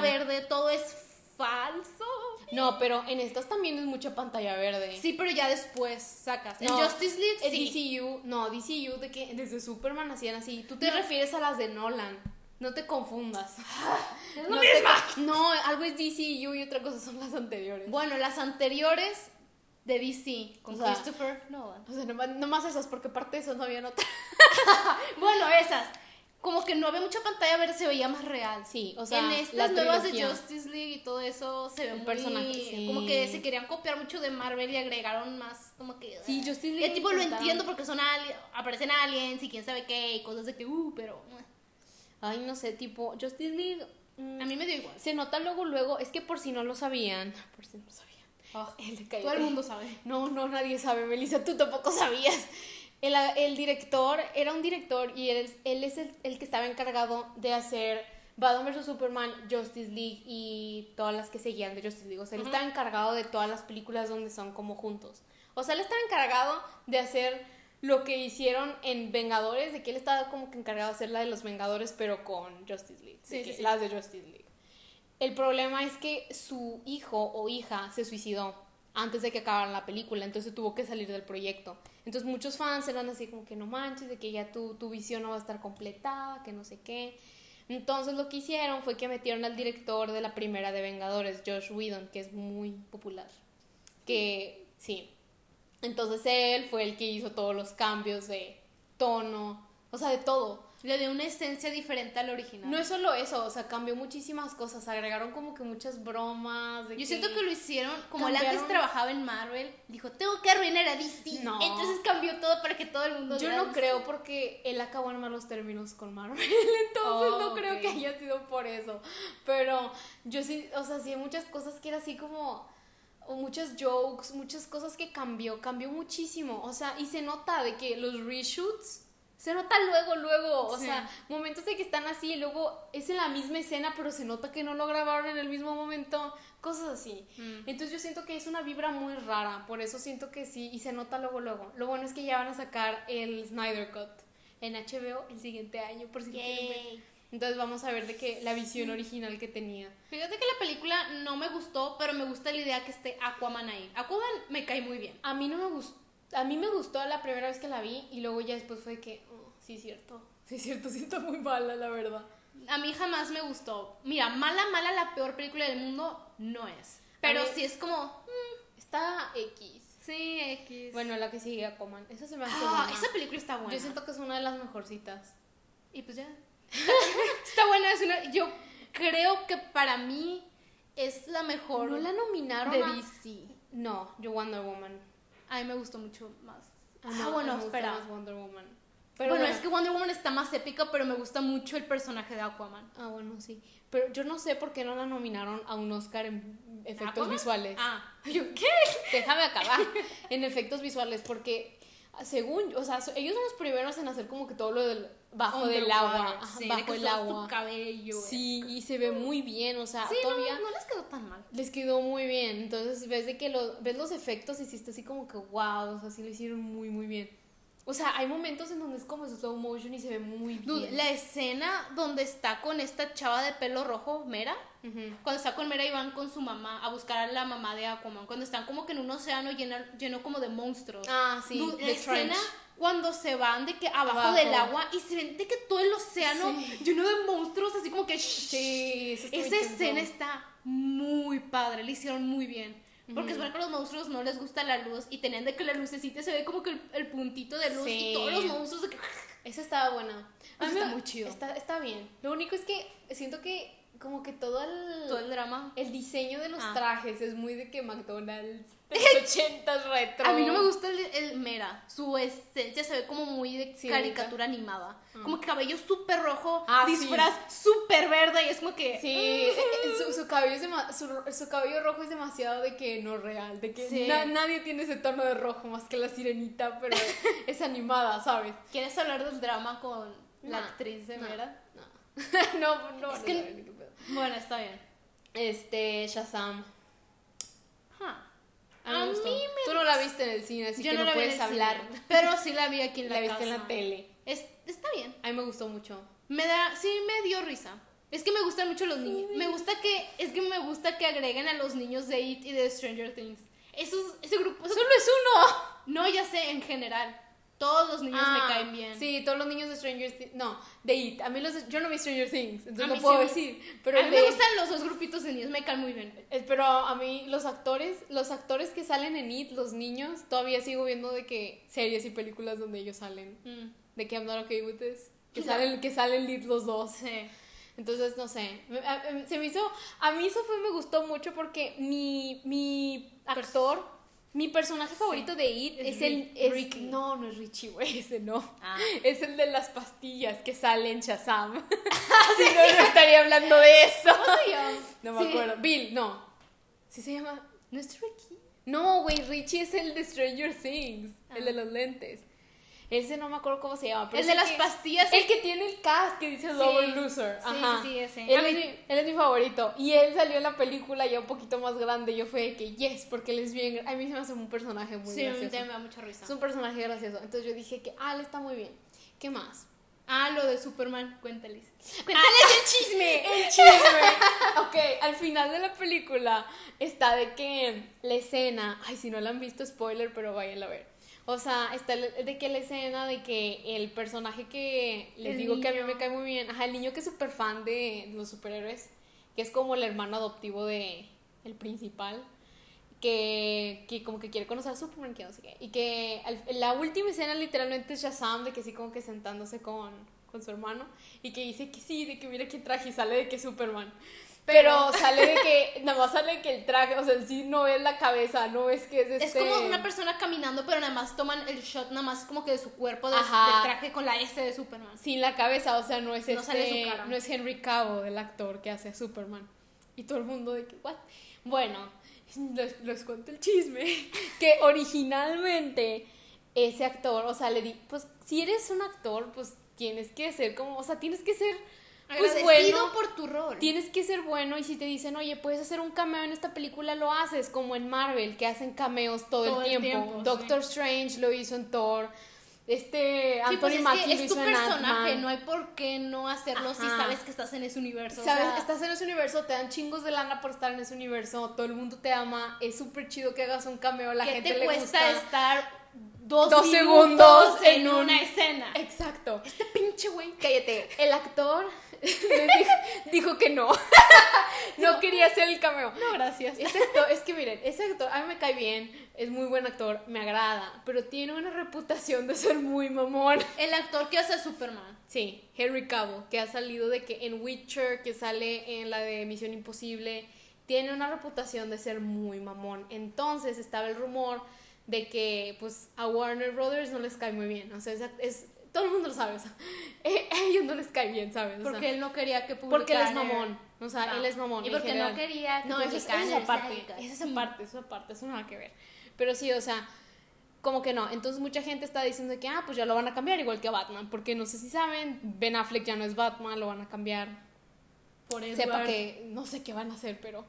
Speaker 1: para-
Speaker 2: verde, todo es falso.
Speaker 1: No, pero en estas también es mucha pantalla verde.
Speaker 2: Sí, pero ya después sacas.
Speaker 1: No,
Speaker 2: en Justice League
Speaker 1: El
Speaker 2: sí.
Speaker 1: DCU, no, DCU de que desde Superman hacían así. Tú te
Speaker 2: No.
Speaker 1: refieres a las de Nolan. No te confundas.
Speaker 2: Es lo
Speaker 1: no, te- no, algo es DCU y otra cosa son las anteriores.
Speaker 2: Bueno, las anteriores de DC con
Speaker 1: O sea,
Speaker 2: Christopher Nolan.
Speaker 1: O sea, nomás, nomás esas, porque aparte de esas no había nota.
Speaker 2: Bueno, esas. Como que no había mucha pantalla verde, se veía más real.
Speaker 1: Sí, o sea,
Speaker 2: en estas
Speaker 1: la
Speaker 2: nuevas
Speaker 1: trilogía.
Speaker 2: de Justice League y todo eso se ve
Speaker 1: El
Speaker 2: muy
Speaker 1: personaje, sí.
Speaker 2: como que se querían copiar mucho de Marvel y agregaron más como que
Speaker 1: Sí, Justice League
Speaker 2: El tipo lo
Speaker 1: intentaron.
Speaker 2: entiendo porque son ali- aparecen aliens y quién sabe qué y cosas de que uh, pero eh,
Speaker 1: Ay, no sé, tipo, Justice League. mm,
Speaker 2: a mí me dio igual.
Speaker 1: Se nota luego, luego, es que por si no lo sabían, por si no lo sabían. el de
Speaker 2: Todo el
Speaker 1: Cállate.
Speaker 2: mundo sabe.
Speaker 1: No, no, nadie sabe, Melissa, tú tampoco sabías. El, el director era un director y él, es- él es el, el que estaba encargado de hacer Batman vs. Superman, Justice League y todas las que seguían de Justice League. O sea, él estaba encargado de todas las películas donde son como juntos. O sea, él estaba encargado de hacer lo que hicieron en Vengadores, de que él estaba como que encargado de hacer la de los Vengadores, pero con Justice League. de
Speaker 2: Sí, sí,
Speaker 1: que-
Speaker 2: sí.
Speaker 1: Las de Justice League. El problema es que su hijo o hija se suicidó antes de que acabaran la película, entonces tuvo que salir del proyecto. Entonces muchos fans eran así como que no manches, de que ya tu, tu visión no va a estar completada, que no sé qué. Entonces lo que hicieron fue que metieron al director de la primera de Vengadores, Josh Whedon, que es muy popular. Que sí. Entonces él fue el que hizo todos los cambios de tono, o sea, de todo.
Speaker 2: Le dio una esencia diferente al original.
Speaker 1: No es solo eso, o sea, cambió muchísimas cosas, agregaron como que muchas bromas. de
Speaker 2: Yo siento que lo hicieron, como él
Speaker 1: Cambiaron.
Speaker 2: antes trabajaba en Marvel, dijo, tengo que arruinar a DC.
Speaker 1: No.
Speaker 2: Entonces cambió todo para que todo el mundo...
Speaker 1: Yo
Speaker 2: odiara
Speaker 1: no
Speaker 2: a
Speaker 1: creo porque él acabó en malos términos con Marvel, entonces
Speaker 2: Oh,
Speaker 1: no creo
Speaker 2: ok.
Speaker 1: que haya sido por eso. Pero yo sí, o sea, sí hay muchas cosas que era así como o muchas jokes, muchas cosas que cambió, cambió muchísimo, o sea, y se nota de que los reshoots se nota luego, luego, o
Speaker 2: Sí.
Speaker 1: sea, momentos de que están así y luego es en la misma escena, pero se nota que no lo grabaron en el mismo momento, cosas así.
Speaker 2: Mm.
Speaker 1: Entonces yo siento que es una vibra muy rara, por eso siento que sí, y se nota luego, luego. Lo bueno es que ya van a sacar el Snyder Cut, en HBO el siguiente año, por si lo quieren ver.
Speaker 2: Yay.
Speaker 1: Entonces vamos a ver de que la visión original que tenía.
Speaker 2: Fíjate que la película no me gustó, pero me gusta la idea que esté Aquaman ahí. Aquaman me cae muy bien.
Speaker 1: A mí no me gustó, a mí me gustó la primera vez que la vi y luego ya después fue que, oh, sí es cierto, sí es cierto, sí está muy mala, la verdad.
Speaker 2: A mí jamás me gustó. Mira, mala, mala, la peor película del mundo no es. Pero
Speaker 1: mí-
Speaker 2: sí es como...
Speaker 1: Está X.
Speaker 2: Sí, X.
Speaker 1: Bueno, la que sigue a Coman. Esa se me hace
Speaker 2: Ah,
Speaker 1: buena.
Speaker 2: esa película está buena.
Speaker 1: Yo siento que es una de las mejorcitas.
Speaker 2: Y pues ya. está buena, es una... Yo creo que para mí es la mejor
Speaker 1: ¿No la nominaron
Speaker 2: de
Speaker 1: a-
Speaker 2: DC.
Speaker 1: No, yo Wonder Woman.
Speaker 2: A mí me gustó mucho más.
Speaker 1: A mí-
Speaker 2: Ah, bueno,
Speaker 1: me gusta
Speaker 2: espera.
Speaker 1: más Wonder Woman. Pero
Speaker 2: Bueno, es que Wonder Woman está más épica, pero me gusta mucho el personaje de Aquaman.
Speaker 1: Ah, bueno, sí. Pero yo no sé por qué no la nominaron a un Oscar en efectos
Speaker 2: ¿Aquaman?
Speaker 1: visuales.
Speaker 2: Ah, ¿yo qué?
Speaker 1: Déjame acabar. en efectos visuales, porque según, o sea, so- ellos son los primeros en hacer como que todo lo del bajo del agua, ajá, bajo el agua.
Speaker 2: Su cabello.
Speaker 1: Sí, y se ve muy bien, o sea,
Speaker 2: Sí, no,
Speaker 1: Ah, todavía
Speaker 2: no les quedó tan mal.
Speaker 1: les quedó muy bien. Entonces, ves de que lo, ves los efectos y sí está así como que wow, o sea, sí lo hicieron muy muy bien. O sea, hay momentos en donde es como slow motion y se ve muy bien.
Speaker 2: Dude, la escena donde está con esta chava de pelo rojo, Mera,
Speaker 1: Ujú.
Speaker 2: cuando está con Mera y van con su mamá a buscar a la mamá de Aquaman, cuando están como que en un océano lleno, lleno como de monstruos.
Speaker 1: Ah, sí,
Speaker 2: Dude, la
Speaker 1: The Trench.
Speaker 2: escena cuando se van de que abajo,
Speaker 1: Abajo.
Speaker 2: del agua y se ven de que todo el océano lleno de monstruos, así como que...
Speaker 1: Sí, eso estuvo
Speaker 2: Esa
Speaker 1: intenso.
Speaker 2: escena está muy padre, la hicieron muy bien. Porque es verdad que a los monstruos no les gusta la luz y tenían de que la lucecita se ve como que el, el puntito de luz
Speaker 1: Sí.
Speaker 2: y todos los monstruos de que...
Speaker 1: Esa estaba buena.
Speaker 2: Eso
Speaker 1: A mí me-
Speaker 2: está muy chido.
Speaker 1: Está, está bien. Lo único es que siento que como que todo el,
Speaker 2: Todo el drama.
Speaker 1: el diseño de los
Speaker 2: Ah.
Speaker 1: trajes es muy de que McDonald's de los 80 retro.
Speaker 2: A mí no me gusta el, el Mera, su esencia se ve como muy de
Speaker 1: Sí, Mm.
Speaker 2: caricatura animada. Como que cabello súper rojo,
Speaker 1: Ah, sí.
Speaker 2: disfraz súper verde y es como que...
Speaker 1: Sí, eh, eh, su, su cabello es dema- su, su cabello rojo es demasiado de que no real, de que
Speaker 2: Sí.
Speaker 1: na- nadie tiene ese tono de rojo más que la sirenita, pero es animada, ¿sabes?
Speaker 2: "Mm, ¿Quieres hablar del drama con la
Speaker 1: No,
Speaker 2: actriz de
Speaker 1: no.
Speaker 2: Mera?
Speaker 1: No, no, no.
Speaker 2: Es
Speaker 1: no
Speaker 2: que-
Speaker 1: saben ni qué pedo.
Speaker 2: Bueno, está bien.
Speaker 1: Este, Shazam.
Speaker 2: Ajá.
Speaker 1: Ah, A mí, me
Speaker 2: A
Speaker 1: gustó.
Speaker 2: mí me
Speaker 1: Tú no la viste en el cine, así que no,
Speaker 2: la vi en
Speaker 1: puedes
Speaker 2: el cine,
Speaker 1: hablar.
Speaker 2: pero sí la vi aquí en la,
Speaker 1: La viste en la
Speaker 2: casa.
Speaker 1: tele.
Speaker 2: Es- está bien.
Speaker 1: A mí me gustó mucho.
Speaker 2: Me da, sí me dio risa. Es que me gustan mucho los niños. Me gusta que, es que me gusta que agreguen a los niños de It y de Stranger Things. Esos, ese grupo. Solo es uno. No, ya sé, en general. Todos los niños
Speaker 1: Ah,
Speaker 2: me caen bien.
Speaker 1: Sí, todos los niños de Stranger Things. No, de It. A mí los de- yo no vi Stranger Things, entonces
Speaker 2: A
Speaker 1: no
Speaker 2: mí
Speaker 1: puedo
Speaker 2: sí.
Speaker 1: decir. Pero
Speaker 2: a mí
Speaker 1: el
Speaker 2: me
Speaker 1: de-
Speaker 2: gustan los dos grupitos de niños, me caen muy bien.
Speaker 1: eh, Pero a mí los actores, los actores que salen en It, los niños, todavía sigo viendo de que series y películas donde ellos salen.
Speaker 2: Mm,
Speaker 1: De que I'm not okay with this. Que
Speaker 2: No.
Speaker 1: salen, que salen It los dos.
Speaker 2: sí.
Speaker 1: Entonces, no sé, me- a- a- se me hizo, a mí eso fue, me gustó mucho porque mi, mi actor, mi personaje favorito de It
Speaker 2: Es
Speaker 1: es,
Speaker 2: Rick-
Speaker 1: el, es-
Speaker 2: Ricky.
Speaker 1: no, no es Richie, güey, ese no,
Speaker 2: Ah.
Speaker 1: es el de las pastillas que sale en Shazam, si no, no estaría hablando de eso,
Speaker 2: ¿Cómo se llama?
Speaker 1: no me
Speaker 2: Sí.
Speaker 1: acuerdo, Bill, no, sí se llama,
Speaker 2: ¿No es Ricky?
Speaker 1: no, güey, Richie es el de Stranger Things, el
Speaker 2: Ah.
Speaker 1: de los lentes, ese no me acuerdo cómo se llama, pero
Speaker 2: el
Speaker 1: sé
Speaker 2: de las
Speaker 1: que-
Speaker 2: pastillas.
Speaker 1: el que tiene el cast que dice
Speaker 2: Sí.
Speaker 1: Lover Loser.
Speaker 2: Sí,
Speaker 1: Ajá.
Speaker 2: sí, sí, ese.
Speaker 1: Él,
Speaker 2: A
Speaker 1: es
Speaker 2: mí-
Speaker 1: mi, él es mi favorito. Y él salió en la película ya un poquito más grande. Yo fue de que, yes, porque él es bien. A mí se me hace un personaje muy
Speaker 2: sí, a mí también me
Speaker 1: gracioso.
Speaker 2: da mucha risa.
Speaker 1: Es un personaje gracioso. Entonces yo dije que, ah, él está muy bien. ¿Qué más?
Speaker 2: Ah, lo de Superman, cuéntales.
Speaker 1: el chisme! ¡El chisme! ok, al final de la película está de que la escena. Ay, si no la han visto, spoiler, pero váyanla a ver. O sea, está el- de que la escena de que el personaje que les
Speaker 2: El
Speaker 1: digo que a mí
Speaker 2: niño.
Speaker 1: me cae muy bien, ajá, el niño que es súper fan de los superhéroes, que es como el hermano adoptivo de el principal, que, que como que quiere conocer a Superman, que no sé qué, y que al- la última escena literalmente es Shazam, de que sí como que sentándose con, con su hermano, y que dice que sí, de que mira qué traje, y sale de que es Superman. Pero sale de que, nada más sale de que el traje, o sea, en sí no es la cabeza, no es que es este...
Speaker 2: Es como una persona caminando, pero nada más toman el shot, nada más como que de su cuerpo, de
Speaker 1: Ajá.
Speaker 2: del traje con la S de Superman.
Speaker 1: sin la cabeza, o sea, no es
Speaker 2: No
Speaker 1: este-
Speaker 2: sale su cara.
Speaker 1: no es Henry Cabo el actor que hace a Superman. Y todo el mundo de que, ¿what? Bueno, les, les cuento el chisme, que originalmente ese actor, o sea, le di, pues si eres un actor, pues tienes que ser como, o sea, tienes que ser, pues
Speaker 2: Agradecido
Speaker 1: bueno,
Speaker 2: por tu rol.
Speaker 1: tienes que ser bueno y si te dicen, oye, puedes hacer un cameo en esta película, lo haces, como en Marvel, que hacen cameos todo, el tiempo.
Speaker 2: sí.
Speaker 1: Doctor Strange lo hizo en Thor, este
Speaker 2: Sí, pues
Speaker 1: Anthony
Speaker 2: es que
Speaker 1: Mackie lo
Speaker 2: es tu
Speaker 1: hizo en
Speaker 2: personaje,
Speaker 1: Ant-Man.
Speaker 2: no hay por qué no hacerlo si
Speaker 1: Ajá.
Speaker 2: sabes que estás en ese universo. o
Speaker 1: Sabes,
Speaker 2: sea,
Speaker 1: estás en ese universo, te dan chingos de lana por estar en ese universo, todo el mundo te ama, es súper chido que hagas un cameo, la
Speaker 2: ¿Qué
Speaker 1: gente
Speaker 2: te
Speaker 1: le
Speaker 2: cuesta
Speaker 1: gusta.
Speaker 2: estar dos,
Speaker 1: Dos
Speaker 2: segundos
Speaker 1: segundos
Speaker 2: en
Speaker 1: en un-
Speaker 2: una escena?
Speaker 1: Exacto.
Speaker 2: Este pinche güey.
Speaker 1: Cállate, el actor les dijo, dijo que no. no quería hacer el cameo.
Speaker 2: No, gracias.
Speaker 1: Ese Este actor, es que miren, ese actor a mí me cae bien, es muy buen actor, me agrada, pero tiene una reputación de ser muy mamón.
Speaker 2: El actor que hace Superman.
Speaker 1: Sí, Henry Cavill, que ha salido de que en Witcher, que sale en la de Misión Imposible, tiene una reputación de ser muy mamón. Entonces estaba el rumor de que pues a Warner Brothers no les cae muy bien. O sea, es, es- todo el mundo lo sabe. o sea, a ellos no les cae bien, ¿sabes? O sea,
Speaker 2: Porque él no quería que publicara.
Speaker 1: porque él es mamón. O sea,
Speaker 2: Ah.
Speaker 1: él es mamón.
Speaker 2: Y
Speaker 1: en
Speaker 2: porque no
Speaker 1: general.
Speaker 2: quería que
Speaker 1: No, eso es, eso es
Speaker 2: publicaran
Speaker 1: aparte.
Speaker 2: el
Speaker 1: Eso es aparte, eso es aparte, eso no va que ver. Pero sí, o sea, como que no. Entonces mucha gente está diciendo que, ah, pues ya lo van a cambiar, igual que a Batman. Porque no sé si saben, Ben Affleck ya no es Batman, lo van a cambiar.
Speaker 2: Por eso.
Speaker 1: Sepa que no sé qué van a hacer, pero.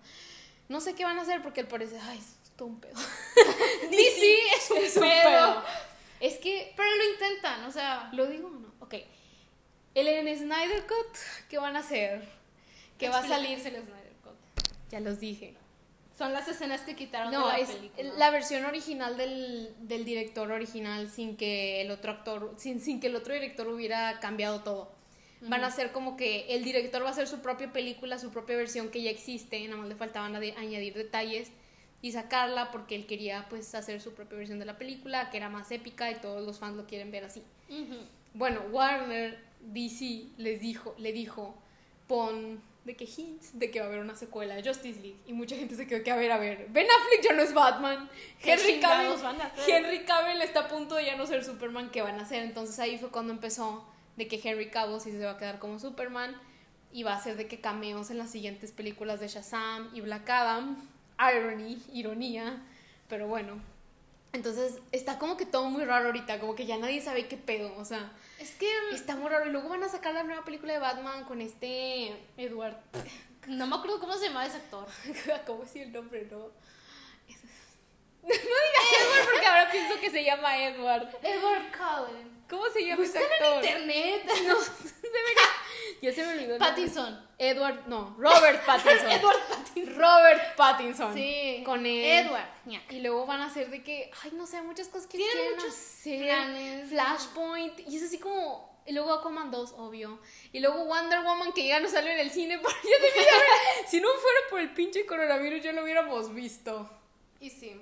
Speaker 1: No sé qué van a hacer porque él parece, ay, es todo un pedo.
Speaker 2: DC es un
Speaker 1: Es un
Speaker 2: pedo.
Speaker 1: pedo. Es que,
Speaker 2: Pero lo intentan, o sea.
Speaker 1: ¿lo digo o no? Ok. El en Snyder Cut, ¿qué van a hacer? Que va a salir.
Speaker 2: Explícaselo, Snyder Cut.
Speaker 1: Ya los dije.
Speaker 2: Son las escenas que quitaron
Speaker 1: No,
Speaker 2: de la
Speaker 1: es
Speaker 2: película.
Speaker 1: la versión original del, del director original sin que el otro actor, sin, sin que el otro director hubiera cambiado todo. Van a ser como que el director va a hacer su propia película, su propia versión que ya existe, nada más le faltaban ade- añadir detalles y sacarla porque él quería pues hacer su propia versión de la película, que era más épica y todos los fans lo quieren ver así.
Speaker 2: Ujú.
Speaker 1: Bueno, Warner DC les dijo, le dijo, pon de que hints de que va a haber una secuela de Justice League y mucha gente se quedó que a ver, a ver, Ben Affleck ya no es Batman,
Speaker 2: ¿Qué
Speaker 1: Henry Cavill,
Speaker 2: chingados van a hacer?
Speaker 1: Henry Cavill está a punto de ya no ser Superman, ¿qué van a hacer? Entonces ahí fue cuando empezó de que Henry Cavill sí se va a quedar como Superman y va a ser de que cameos en las siguientes películas de Shazam y Black Adam, irony, ironía, pero bueno. Entonces está como que todo muy raro ahorita, como que ya nadie sabe qué pedo, o sea,
Speaker 2: Es que.
Speaker 1: Está muy raro. Y luego van a sacar la nueva película de Batman con este.
Speaker 2: Edward. No me acuerdo cómo se llamaba ese actor.
Speaker 1: ¿Cómo es el nombre? No. Es- No digas
Speaker 2: Eh.
Speaker 1: Edward porque ahora pienso que se llama Edward.
Speaker 2: Edward Cullen.
Speaker 1: ¿Cómo se llama ese
Speaker 2: En
Speaker 1: actor?
Speaker 2: internet.
Speaker 1: Ya se me olvidó. el
Speaker 2: Pattinson.
Speaker 1: nombre. Edward, no. Robert Pattinson.
Speaker 2: Edward Pattinson.
Speaker 1: Robert Pattinson.
Speaker 2: Sí.
Speaker 1: Con él.
Speaker 2: Edward. ña.
Speaker 1: Y luego van a hacer de que, ay, no sé, hay muchas cosas que
Speaker 2: Tienen
Speaker 1: quieren
Speaker 2: muchos
Speaker 1: hacer.
Speaker 2: planes.
Speaker 1: Flashpoint. Y es así como. Y luego Aquaman 2, obvio. Y luego Wonder Woman, que ya no salió en el cine. Porque ya debía haber- si no fuera por el pinche coronavirus, ya lo hubiéramos visto.
Speaker 2: Y sí.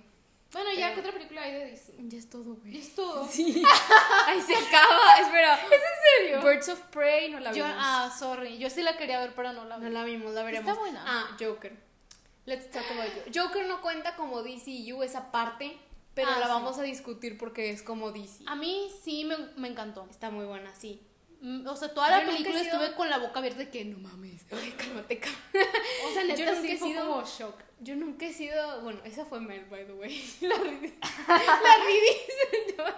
Speaker 2: Bueno, ya,
Speaker 1: Pero-
Speaker 2: ¿qué otra película hay de Disney?
Speaker 1: Ya es todo,
Speaker 2: Y
Speaker 1: güey.
Speaker 2: es todo.
Speaker 1: Sí. Ahí se acaba. Espera. ¿Es en
Speaker 2: serio?
Speaker 1: Birds of Prey no la
Speaker 2: Yo,
Speaker 1: vimos.
Speaker 2: ah, sorry. Yo sí la quería ver, pero no la vi.
Speaker 1: No la vimos, la veremos.
Speaker 2: Está buena.
Speaker 1: Ah, Joker. Let's talk about Joker. Joker no cuenta como DCU esa parte, pero
Speaker 2: Ah,
Speaker 1: la
Speaker 2: sí.
Speaker 1: vamos a discutir porque es como DC.
Speaker 2: A mí sí me, me encantó.
Speaker 1: Está muy buena, sí.
Speaker 2: Mm, O sea, toda la
Speaker 1: Yo nunca he
Speaker 2: película
Speaker 1: sido-
Speaker 2: estuve con la boca abierta de que no mames.
Speaker 1: Ay, cálmate, cálmate.
Speaker 2: O sea, neta,
Speaker 1: Yo nunca
Speaker 2: sí
Speaker 1: he
Speaker 2: fue
Speaker 1: sido-
Speaker 2: como shock.
Speaker 1: Yo nunca he sido. Bueno, esa fue Mel, by the way. La ridí. La ridí, señor.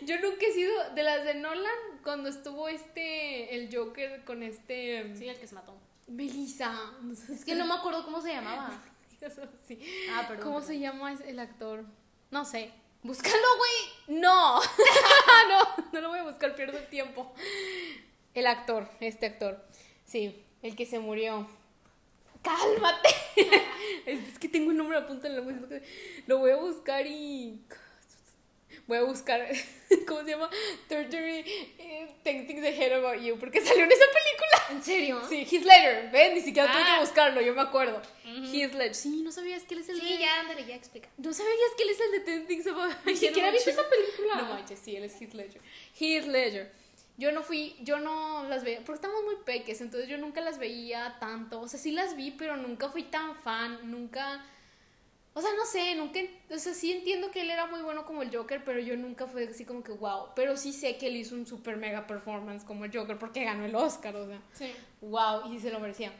Speaker 1: Yo nunca he sido. De las de Nolan, cuando estuvo este. El Joker con este.
Speaker 2: Sí, el que se mató.
Speaker 1: Melissa. No sé
Speaker 2: Es que no me acuerdo cómo se llamaba.
Speaker 1: así.
Speaker 2: Ah, perdón.
Speaker 1: ¿Cómo se llama es- el actor? No sé.
Speaker 2: Búscalo, güey.
Speaker 1: No. no, no lo voy a buscar, pierdo el tiempo. El actor, este actor. Sí, el que se murió. Cálmate. es, es que tengo un nombre a punta en la lengua. siento que- Lo voy a buscar y... Voy a buscar, ¿cómo se llama? Torture eh, Tactics de Head About You, porque salió en esa película.
Speaker 2: ¿En serio?
Speaker 1: Sí, Heath Ledger, ven, ni siquiera tuve
Speaker 2: Ah.
Speaker 1: que buscarlo, yo me acuerdo. Heath Ledger, sí, no sabías que él es el de-
Speaker 2: Sí, ya, ándale, ya explica.
Speaker 1: ¿No sabías que él es el de Ten Things About
Speaker 2: Ni siquiera viste esa película.
Speaker 1: No manches, sí, él es Heath Ledger. Heath Ledger. Yo no fui, yo no las veía, porque estamos muy peques, entonces yo nunca las veía tanto. O sea, sí las vi, pero nunca fui tan fan, nunca... O sea, no sé, nunca... O sea, sí entiendo que él era muy bueno como el Joker, pero yo nunca fui así como que wow. Pero sí sé que él hizo un super mega performance como el Joker porque ganó el Oscar, o sea
Speaker 2: Sí.
Speaker 1: wow, y sí se lo merecía.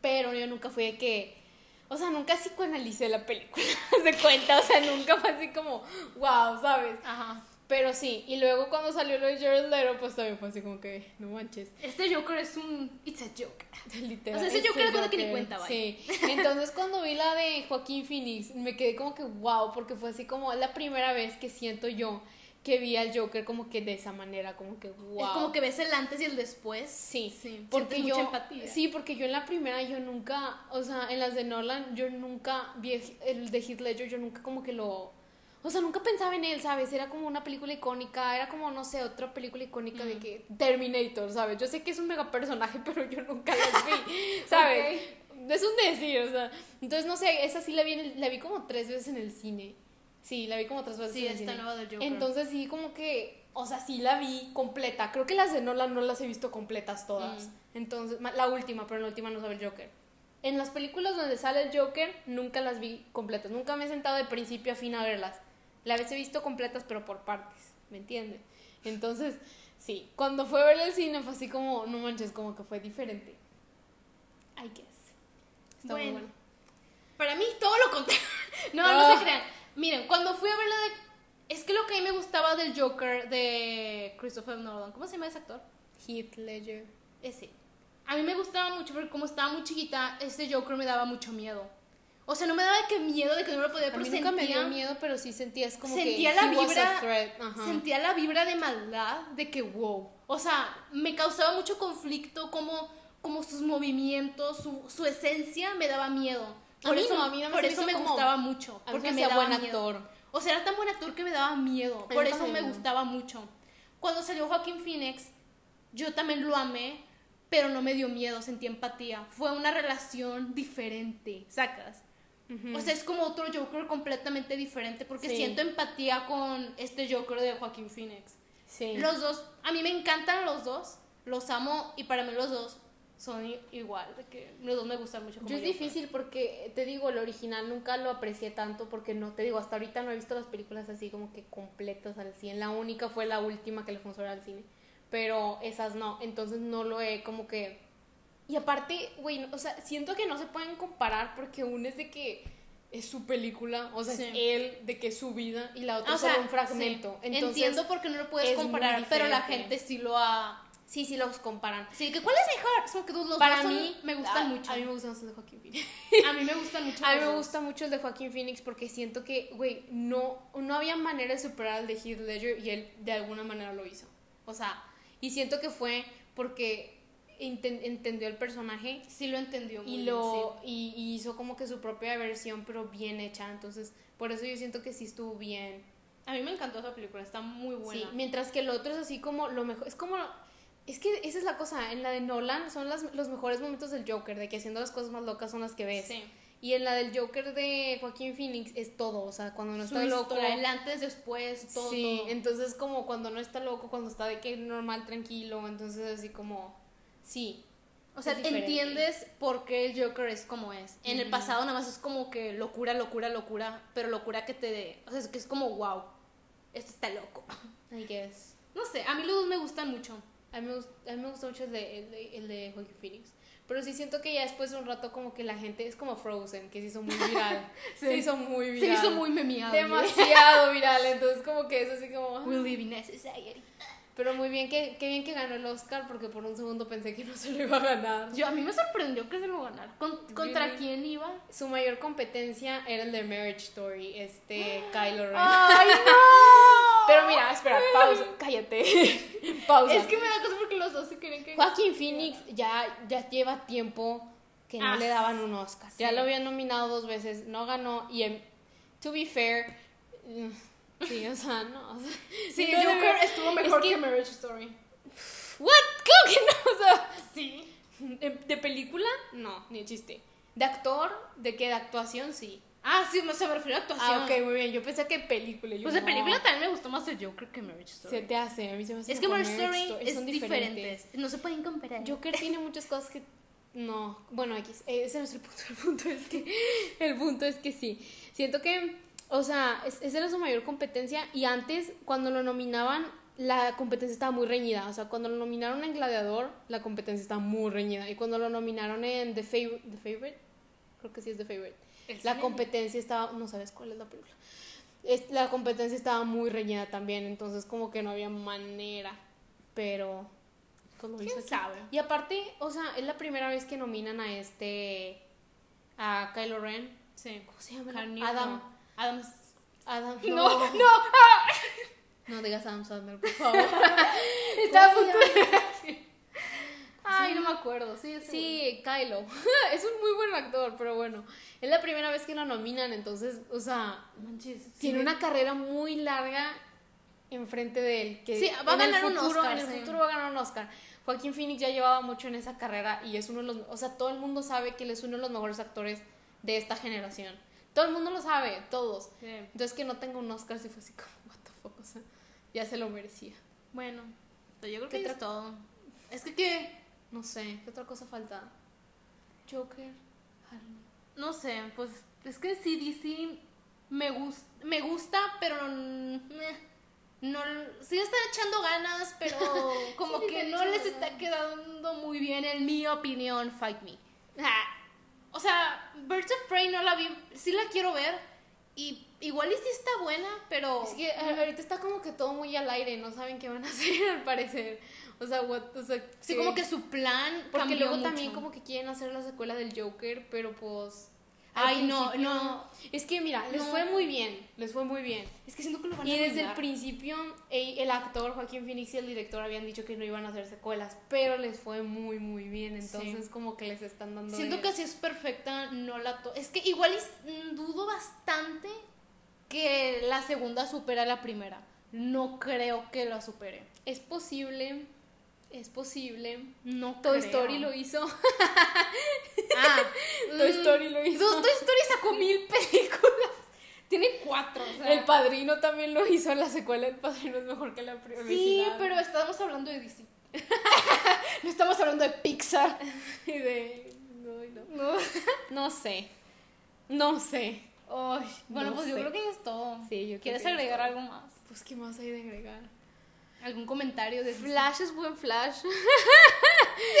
Speaker 1: Pero yo nunca fui de que, o sea, nunca psicoanalicé la película, se cuenta, o sea, nunca fue así como, wow, ¿sabes?
Speaker 2: Ajá.
Speaker 1: Pero sí, y luego cuando salió lo de Jared Leto, pues también fue así como que, no manches,
Speaker 2: Este Joker es un. It's a joke.
Speaker 1: literal.
Speaker 2: O sea, ese
Speaker 1: es
Speaker 2: Joker
Speaker 1: el
Speaker 2: es bueno que ni
Speaker 1: Joker.
Speaker 2: cuenta, vaya.
Speaker 1: Sí, entonces cuando vi la de Joaquín Phoenix, me quedé como que, wow, porque fue así como, es la primera vez que siento yo que vi al Joker como que de esa manera, como que wow.
Speaker 2: Es como que ves el antes y el después.
Speaker 1: Sí,
Speaker 2: Sí,
Speaker 1: porque
Speaker 2: sientes
Speaker 1: yo
Speaker 2: mucha empatía.
Speaker 1: sí, porque yo en la primera yo nunca, o sea, en las de Nolan yo nunca vi el- el de Heath Ledger, yo nunca como que lo o sea, nunca pensaba en él, ¿sabes? Era como una película icónica, era como, no sé, otra película icónica de que Terminator, ¿sabes? Yo sé que es un mega personaje, pero yo nunca las vi, ¿sabes? Es un decir, o sea. Entonces, no sé, esa sí la vi, en el- la vi como tres veces en el cine. Sí, la vi como tres veces
Speaker 2: Sí,
Speaker 1: en el
Speaker 2: esta
Speaker 1: cine.
Speaker 2: nueva del Joker.
Speaker 1: Entonces sí, como que, o sea, sí la vi completa. Creo que las de Nolan no las he visto completas
Speaker 2: Mm.
Speaker 1: todas. Entonces, ma- la última, pero en la última no sabe el Joker. En las películas donde sale el Joker, nunca las vi completas. Nunca me he sentado de principio a fin a verlas. Las he visto completas, pero por partes, ¿me entiendes? Entonces, sí, cuando fue a ver el cine fue así como, no manches, como que fue diferente. I guess. Está muy
Speaker 2: Bueno.
Speaker 1: bueno.
Speaker 2: Para mí todo lo contrario. No, no,
Speaker 1: Ah.
Speaker 2: se crean. Miren, cuando fui a ver la de... Es que lo que a mí me gustaba del Joker de Christopher Nolan, ¿cómo se llama ese actor?
Speaker 1: Heath Ledger.
Speaker 2: Ese. A mí me gustaba mucho porque como estaba muy chiquita, este Joker me daba mucho miedo. O sea, no me daba de que miedo de que no lo podía,
Speaker 1: A
Speaker 2: pero
Speaker 1: mí
Speaker 2: sentía,
Speaker 1: nunca me dio miedo, pero sí sentías como
Speaker 2: sentía
Speaker 1: que
Speaker 2: la
Speaker 1: he was a
Speaker 2: vibra,
Speaker 1: threat. Ajá.
Speaker 2: sentía la vibra de maldad, de que wow. O sea, me causaba mucho conflicto como, como sus movimientos, su, su esencia me daba miedo.
Speaker 1: A mí no, a mí nada más
Speaker 2: por
Speaker 1: se me
Speaker 2: eso
Speaker 1: hizo
Speaker 2: me
Speaker 1: como-
Speaker 2: gustaba mucho,
Speaker 1: a mí
Speaker 2: porque
Speaker 1: se me
Speaker 2: me
Speaker 1: hacía
Speaker 2: daba
Speaker 1: buen
Speaker 2: miedo.
Speaker 1: actor.
Speaker 2: O sea, era tan buen actor que me daba miedo.
Speaker 1: mí
Speaker 2: Por eso
Speaker 1: también.
Speaker 2: me gustaba mucho. Cuando salió Joaquín Phoenix, yo también lo amé, pero no me dio miedo, sentí empatía. Fue una relación diferente, sacas. O sea, es como otro Joker completamente diferente porque
Speaker 1: Sí.
Speaker 2: siento empatía con este Joker de Joaquín Phoenix.
Speaker 1: Sí.
Speaker 2: Los dos, a mí me encantan los dos, los amo y para mí los dos son i- igual, de que los dos me gustan mucho. como
Speaker 1: Yo es
Speaker 2: Joker.
Speaker 1: difícil porque, te digo, el original nunca lo aprecié tanto porque no, te digo, hasta ahorita no he visto las películas así como que completas al 100. La única fue la última que le funcionó al cine, pero esas no, entonces no lo he como que... Y aparte, güey, no- o sea, siento que no se pueden comparar porque uno es de que es su película, o sea,
Speaker 2: Sí.
Speaker 1: es él, de que es su vida y la otra
Speaker 2: Ah,
Speaker 1: es solo un fragmento.
Speaker 2: sí.
Speaker 1: Entonces,
Speaker 2: Entiendo porque no lo puedes
Speaker 1: es muy
Speaker 2: comparar, pero la
Speaker 1: diferente.
Speaker 2: gente sí lo ha...
Speaker 1: Sí, sí los comparan.
Speaker 2: Sí, que ¿cuál es mejor? Es como que los dos
Speaker 1: Para
Speaker 2: son-
Speaker 1: mí
Speaker 2: me gustan
Speaker 1: a-
Speaker 2: mucho.
Speaker 1: A mí me gustan más los de Joaquín Phoenix.
Speaker 2: A mí me gustan mucho.
Speaker 1: A mí
Speaker 2: los
Speaker 1: me
Speaker 2: dos.
Speaker 1: gusta mucho el de Joaquín Phoenix porque siento que, güey, no, no había manera de superar al de Heath Ledger y él de alguna manera lo hizo. O sea, y siento que fue porque enten- entendió el personaje
Speaker 2: Sí lo entendió. muy
Speaker 1: y
Speaker 2: bien,
Speaker 1: lo y, y hizo como que su propia versión, pero bien hecha. Entonces, por eso yo siento que sí estuvo bien.
Speaker 2: sí. A mí me encantó esa película, está muy buena.
Speaker 1: Sí, mientras que el otro es así como lo mejor. Es como. Es que esa es la cosa. En la de Nolan son las, los mejores momentos del Joker, de que haciendo las cosas más locas son las que ves.
Speaker 2: Sí.
Speaker 1: Y en la del Joker de Joaquín Phoenix es todo, o sea, cuando no
Speaker 2: Su
Speaker 1: está loco.
Speaker 2: historia, el antes, después, todo.
Speaker 1: sí,
Speaker 2: todo.
Speaker 1: entonces como cuando no está loco, cuando está de que normal, tranquilo, entonces así como, sí.
Speaker 2: O sea,
Speaker 1: es diferente.
Speaker 2: entiendes por qué el Joker es como es. En el pasado nada más es como que locura, locura, locura, pero locura que te dé. O sea, es que es como, wow, esto está loco.
Speaker 1: I guess.
Speaker 2: No sé, a mí los dos me gustan mucho.
Speaker 1: A mí, me gust- a mí me gustó mucho el de, el, de, el de Joaquín Phoenix. Pero sí siento que ya después de un rato como que la gente es como Frozen, que se hizo muy viral. Se hizo muy
Speaker 2: Se me
Speaker 1: viral.
Speaker 2: hizo muy memeado.
Speaker 1: demasiado viral, entonces como que es así como...
Speaker 2: We live in a society.
Speaker 1: Pero muy bien que, qué bien que ganó el Oscar porque por un segundo pensé que no se lo iba a ganar.
Speaker 2: Yo, a mí me sorprendió que se lo ganara. Con- ¿Contra
Speaker 1: Really?
Speaker 2: quién iba?
Speaker 1: Su mayor competencia era el de Marriage Story, este Kylo Ren.
Speaker 2: ¡Ay, no!
Speaker 1: Pero mira, espera, pausa, cállate. pausa.
Speaker 2: Es que me da cosa porque los dos se creen que.
Speaker 1: Joaquín Phoenix ya, ya lleva tiempo que no
Speaker 2: Ah,
Speaker 1: le daban un Oscar. Ya
Speaker 2: sí.
Speaker 1: lo habían nominado dos veces, no ganó. Y en- to be fair, mm, sí, o sea, no. o sea,
Speaker 2: Sí,
Speaker 1: no
Speaker 2: Joker
Speaker 1: debió-
Speaker 2: estuvo mejor
Speaker 1: es
Speaker 2: que... Marriage Story.
Speaker 1: ¿What? ¿Cómo que no? O sea,
Speaker 2: Sí.
Speaker 1: de, de película, no, ni chiste. De actor, de que de actuación, sí.
Speaker 2: Ah, sí, me- se me refiero a actuación.
Speaker 1: Ah, ok, muy bien. Yo pensé que película. yo,
Speaker 2: Pues de
Speaker 1: no.
Speaker 2: película también me gustó más el Joker que Marriage Story.
Speaker 1: Se te hace, a mí se me hace
Speaker 2: Es que
Speaker 1: mejor
Speaker 2: Marriage Story, es
Speaker 1: son
Speaker 2: diferentes. No se pueden comparar.
Speaker 1: Joker tiene muchas cosas que no, bueno, X, eh, ese no es el punto, el punto es que el punto es que sí. Siento que o sea, es- esa era su mayor competencia y antes cuando lo nominaban la competencia estaba muy reñida, o sea, cuando lo nominaron en Gladiador, la competencia estaba muy reñida y cuando lo nominaron en The Favorite, The Favorite, creo que sí es The Favorite. La competencia estaba, no sabes cuál es la película. Es- la competencia estaba muy reñida también, entonces como que no había manera, pero... pues lo hizo
Speaker 2: ¿Quién
Speaker 1: aquí.
Speaker 2: sabe?
Speaker 1: Y aparte, o sea, es la primera vez que nominan a este... A Kylo Ren.
Speaker 2: Sí.
Speaker 1: ¿Cómo se llama?
Speaker 2: Carnio,
Speaker 1: Adam.
Speaker 2: Adam.
Speaker 1: Adam.
Speaker 2: No, no.
Speaker 1: No digas Adam Sandler, por favor.
Speaker 3: Estaba a
Speaker 1: ¿Cómo se
Speaker 3: punto de Ay, no me acuerdo. Sí, ese güey.
Speaker 1: Sí, Kylo. es un muy buen actor, pero bueno. Es la primera vez que lo nominan, entonces, o sea,
Speaker 3: Manches. sí,
Speaker 1: tiene
Speaker 3: de-
Speaker 1: una carrera muy larga enfrente de él. Que
Speaker 2: Sí, va a
Speaker 1: en el
Speaker 2: ganar un
Speaker 1: futuro-
Speaker 2: Oscar,
Speaker 1: En el
Speaker 2: sí.
Speaker 1: futuro va a ganar un Oscar. Joaquín Phoenix ya llevaba mucho en esa carrera y es uno de los. O sea, todo el mundo sabe que él es uno de los mejores actores de esta generación. Todo el mundo lo sabe, todos.
Speaker 3: Sí.
Speaker 1: Entonces, que no tenga un Oscar, si fue así como, what the fuck, o sea, ya se lo merecía.
Speaker 2: Bueno, yo creo
Speaker 1: ¿Qué
Speaker 2: que
Speaker 1: tra-
Speaker 2: es todo. Es que, ¿qué?
Speaker 1: No sé, ¿qué otra cosa falta? Joker, Harley.
Speaker 2: No sé, pues es que sí, DC me, gus- me gusta, pero mm, meh, no, sí están echando ganas, pero como
Speaker 1: Sí, le
Speaker 2: que
Speaker 1: están
Speaker 2: no
Speaker 1: echando
Speaker 2: les está
Speaker 1: ganas.
Speaker 2: quedando muy bien, en mi opinión, Fight Me. Ah, O sea, Birds of Prey no la vi, sí la quiero ver, y igual y sí está buena, pero...
Speaker 1: Es que a- ahorita está como que todo muy al aire, no saben qué van a hacer al parecer. O sea, what, o sea,
Speaker 2: sí,
Speaker 1: que-
Speaker 2: como que su plan
Speaker 1: porque
Speaker 2: cambió
Speaker 1: luego
Speaker 2: mucho.
Speaker 1: también como que quieren hacer la secuela del Joker, pero pues al
Speaker 2: Ay, no,
Speaker 1: principio-
Speaker 2: no.
Speaker 1: Es que mira, les
Speaker 2: No.
Speaker 1: fue muy bien, les fue muy bien.
Speaker 2: Es que siento que lo van a
Speaker 1: Y desde el
Speaker 2: arruinar.
Speaker 1: principio e- el actor Joaquín Phoenix y el director habían dicho que no iban a hacer secuelas, pero les fue muy muy bien, entonces como que les están dando
Speaker 2: Siento
Speaker 1: de-
Speaker 2: que si es perfecta, no la to Es que igual y s- mm, dudo bastante que la segunda supera a la primera. No creo que la supere.
Speaker 1: es posible, es posible.
Speaker 2: No
Speaker 1: Toy
Speaker 2: creo.
Speaker 1: Story lo hizo.
Speaker 2: Ah, mm,
Speaker 1: Toy Story lo hizo.
Speaker 2: Toy Story sacó mil películas. Tiene cuatro. o sea.
Speaker 1: El padrino también lo hizo en la secuela. El padrino es mejor que la pri- original.
Speaker 2: sí, pero estamos hablando de DC. no estamos hablando de Pixar.
Speaker 1: Y de- no, no.
Speaker 2: No.
Speaker 1: No sé. No sé.
Speaker 2: Ay, bueno,
Speaker 1: No
Speaker 2: pues yo
Speaker 1: sé.
Speaker 2: creo que ya es todo.
Speaker 1: Sí, yo creo
Speaker 2: ¿Quieres
Speaker 1: que ya es
Speaker 2: agregar
Speaker 1: todo.
Speaker 2: algo más?
Speaker 1: Pues, ¿qué más hay de agregar?
Speaker 2: ¿Algún comentario de DC?
Speaker 1: Flash es buen Flash.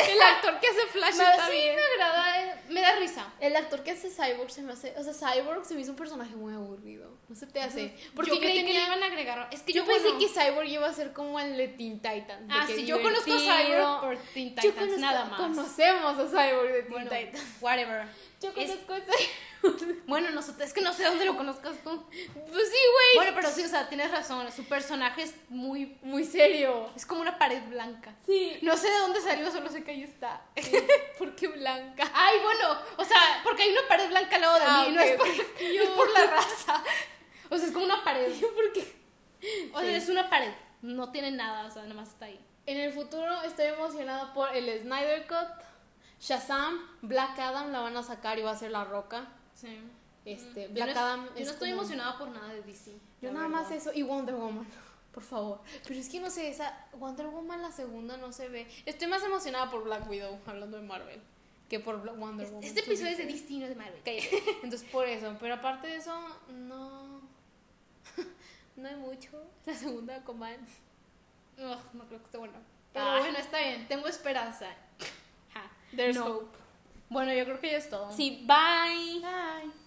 Speaker 1: El actor que hace Flash
Speaker 2: Me-
Speaker 1: está
Speaker 2: sí,
Speaker 1: bien.
Speaker 2: me agrada, eh, me da risa.
Speaker 1: El actor que hace Cyborg se me hace. O sea, Cyborg se me hizo un personaje muy aburrido. No se te hace. Porque yo,
Speaker 2: yo creí
Speaker 1: tenía-
Speaker 2: que le iban a agregar. Es que
Speaker 1: yo
Speaker 2: yo,
Speaker 1: pensé
Speaker 2: bueno,
Speaker 1: que Cyborg iba a ser como el de Teen Titans. de
Speaker 2: Ah,
Speaker 1: que
Speaker 2: sí, yo conozco a
Speaker 1: divertido.
Speaker 2: Cyborg por Teen Titans,
Speaker 1: Yo conozco-
Speaker 2: nada más.
Speaker 1: Conocemos a Cyborg de Teen
Speaker 2: bueno,
Speaker 1: Titans.
Speaker 2: whatever.
Speaker 1: Yo
Speaker 2: Es-
Speaker 1: conozco a Cyborg.
Speaker 2: Bueno, nosotros, es que no sé dónde lo conozcas tú.
Speaker 1: Pues sí, güey.
Speaker 2: Bueno, pero sí, o sea, tienes razón. Su personaje es muy.
Speaker 1: Muy serio.
Speaker 2: Es como una pared blanca.
Speaker 1: Sí.
Speaker 2: No sé de dónde salió, solo sé que ahí está.
Speaker 1: Porque blanca.
Speaker 2: Ay, bueno, o sea, porque hay una pared blanca al lado de
Speaker 1: Ah,
Speaker 2: mí.
Speaker 1: ok,
Speaker 2: no, es por,
Speaker 1: ok.
Speaker 2: no es por la raza. O sea, es como una pared.
Speaker 1: Porque
Speaker 2: O sea, es una pared. No tiene nada, o sea, nada más está ahí.
Speaker 1: en el futuro estoy emocionada por el Snyder Cut, Shazam, Black Adam la van a sacar y va a ser la roca.
Speaker 2: Sí.
Speaker 1: Este,
Speaker 2: Mm, Yo no,
Speaker 1: Black
Speaker 2: es-
Speaker 1: Adam
Speaker 2: yo
Speaker 1: es
Speaker 2: no estoy
Speaker 1: como-
Speaker 2: emocionada por nada de DC.
Speaker 1: Yo
Speaker 2: la
Speaker 1: nada más
Speaker 2: verdad.
Speaker 1: eso y Wonder Woman, por favor. Pero es que no sé, esa Wonder Woman la segunda no se ve. Estoy más emocionada por Black Widow, hablando de Marvel, que por Bla- Wonder Woman.
Speaker 2: Este, este episodio es de DC, no es de Marvel.
Speaker 1: Cállate. Entonces por eso, pero aparte de eso, no. No hay mucho. La segunda Aquaman.
Speaker 2: Ugh, no creo que esté bueno. Pero
Speaker 1: Ah.
Speaker 2: bueno, está bien, tengo esperanza. Ja.
Speaker 1: There's
Speaker 2: No.
Speaker 1: hope.
Speaker 2: Bueno, yo creo que ya es todo.
Speaker 1: Sí, bye.
Speaker 2: Bye.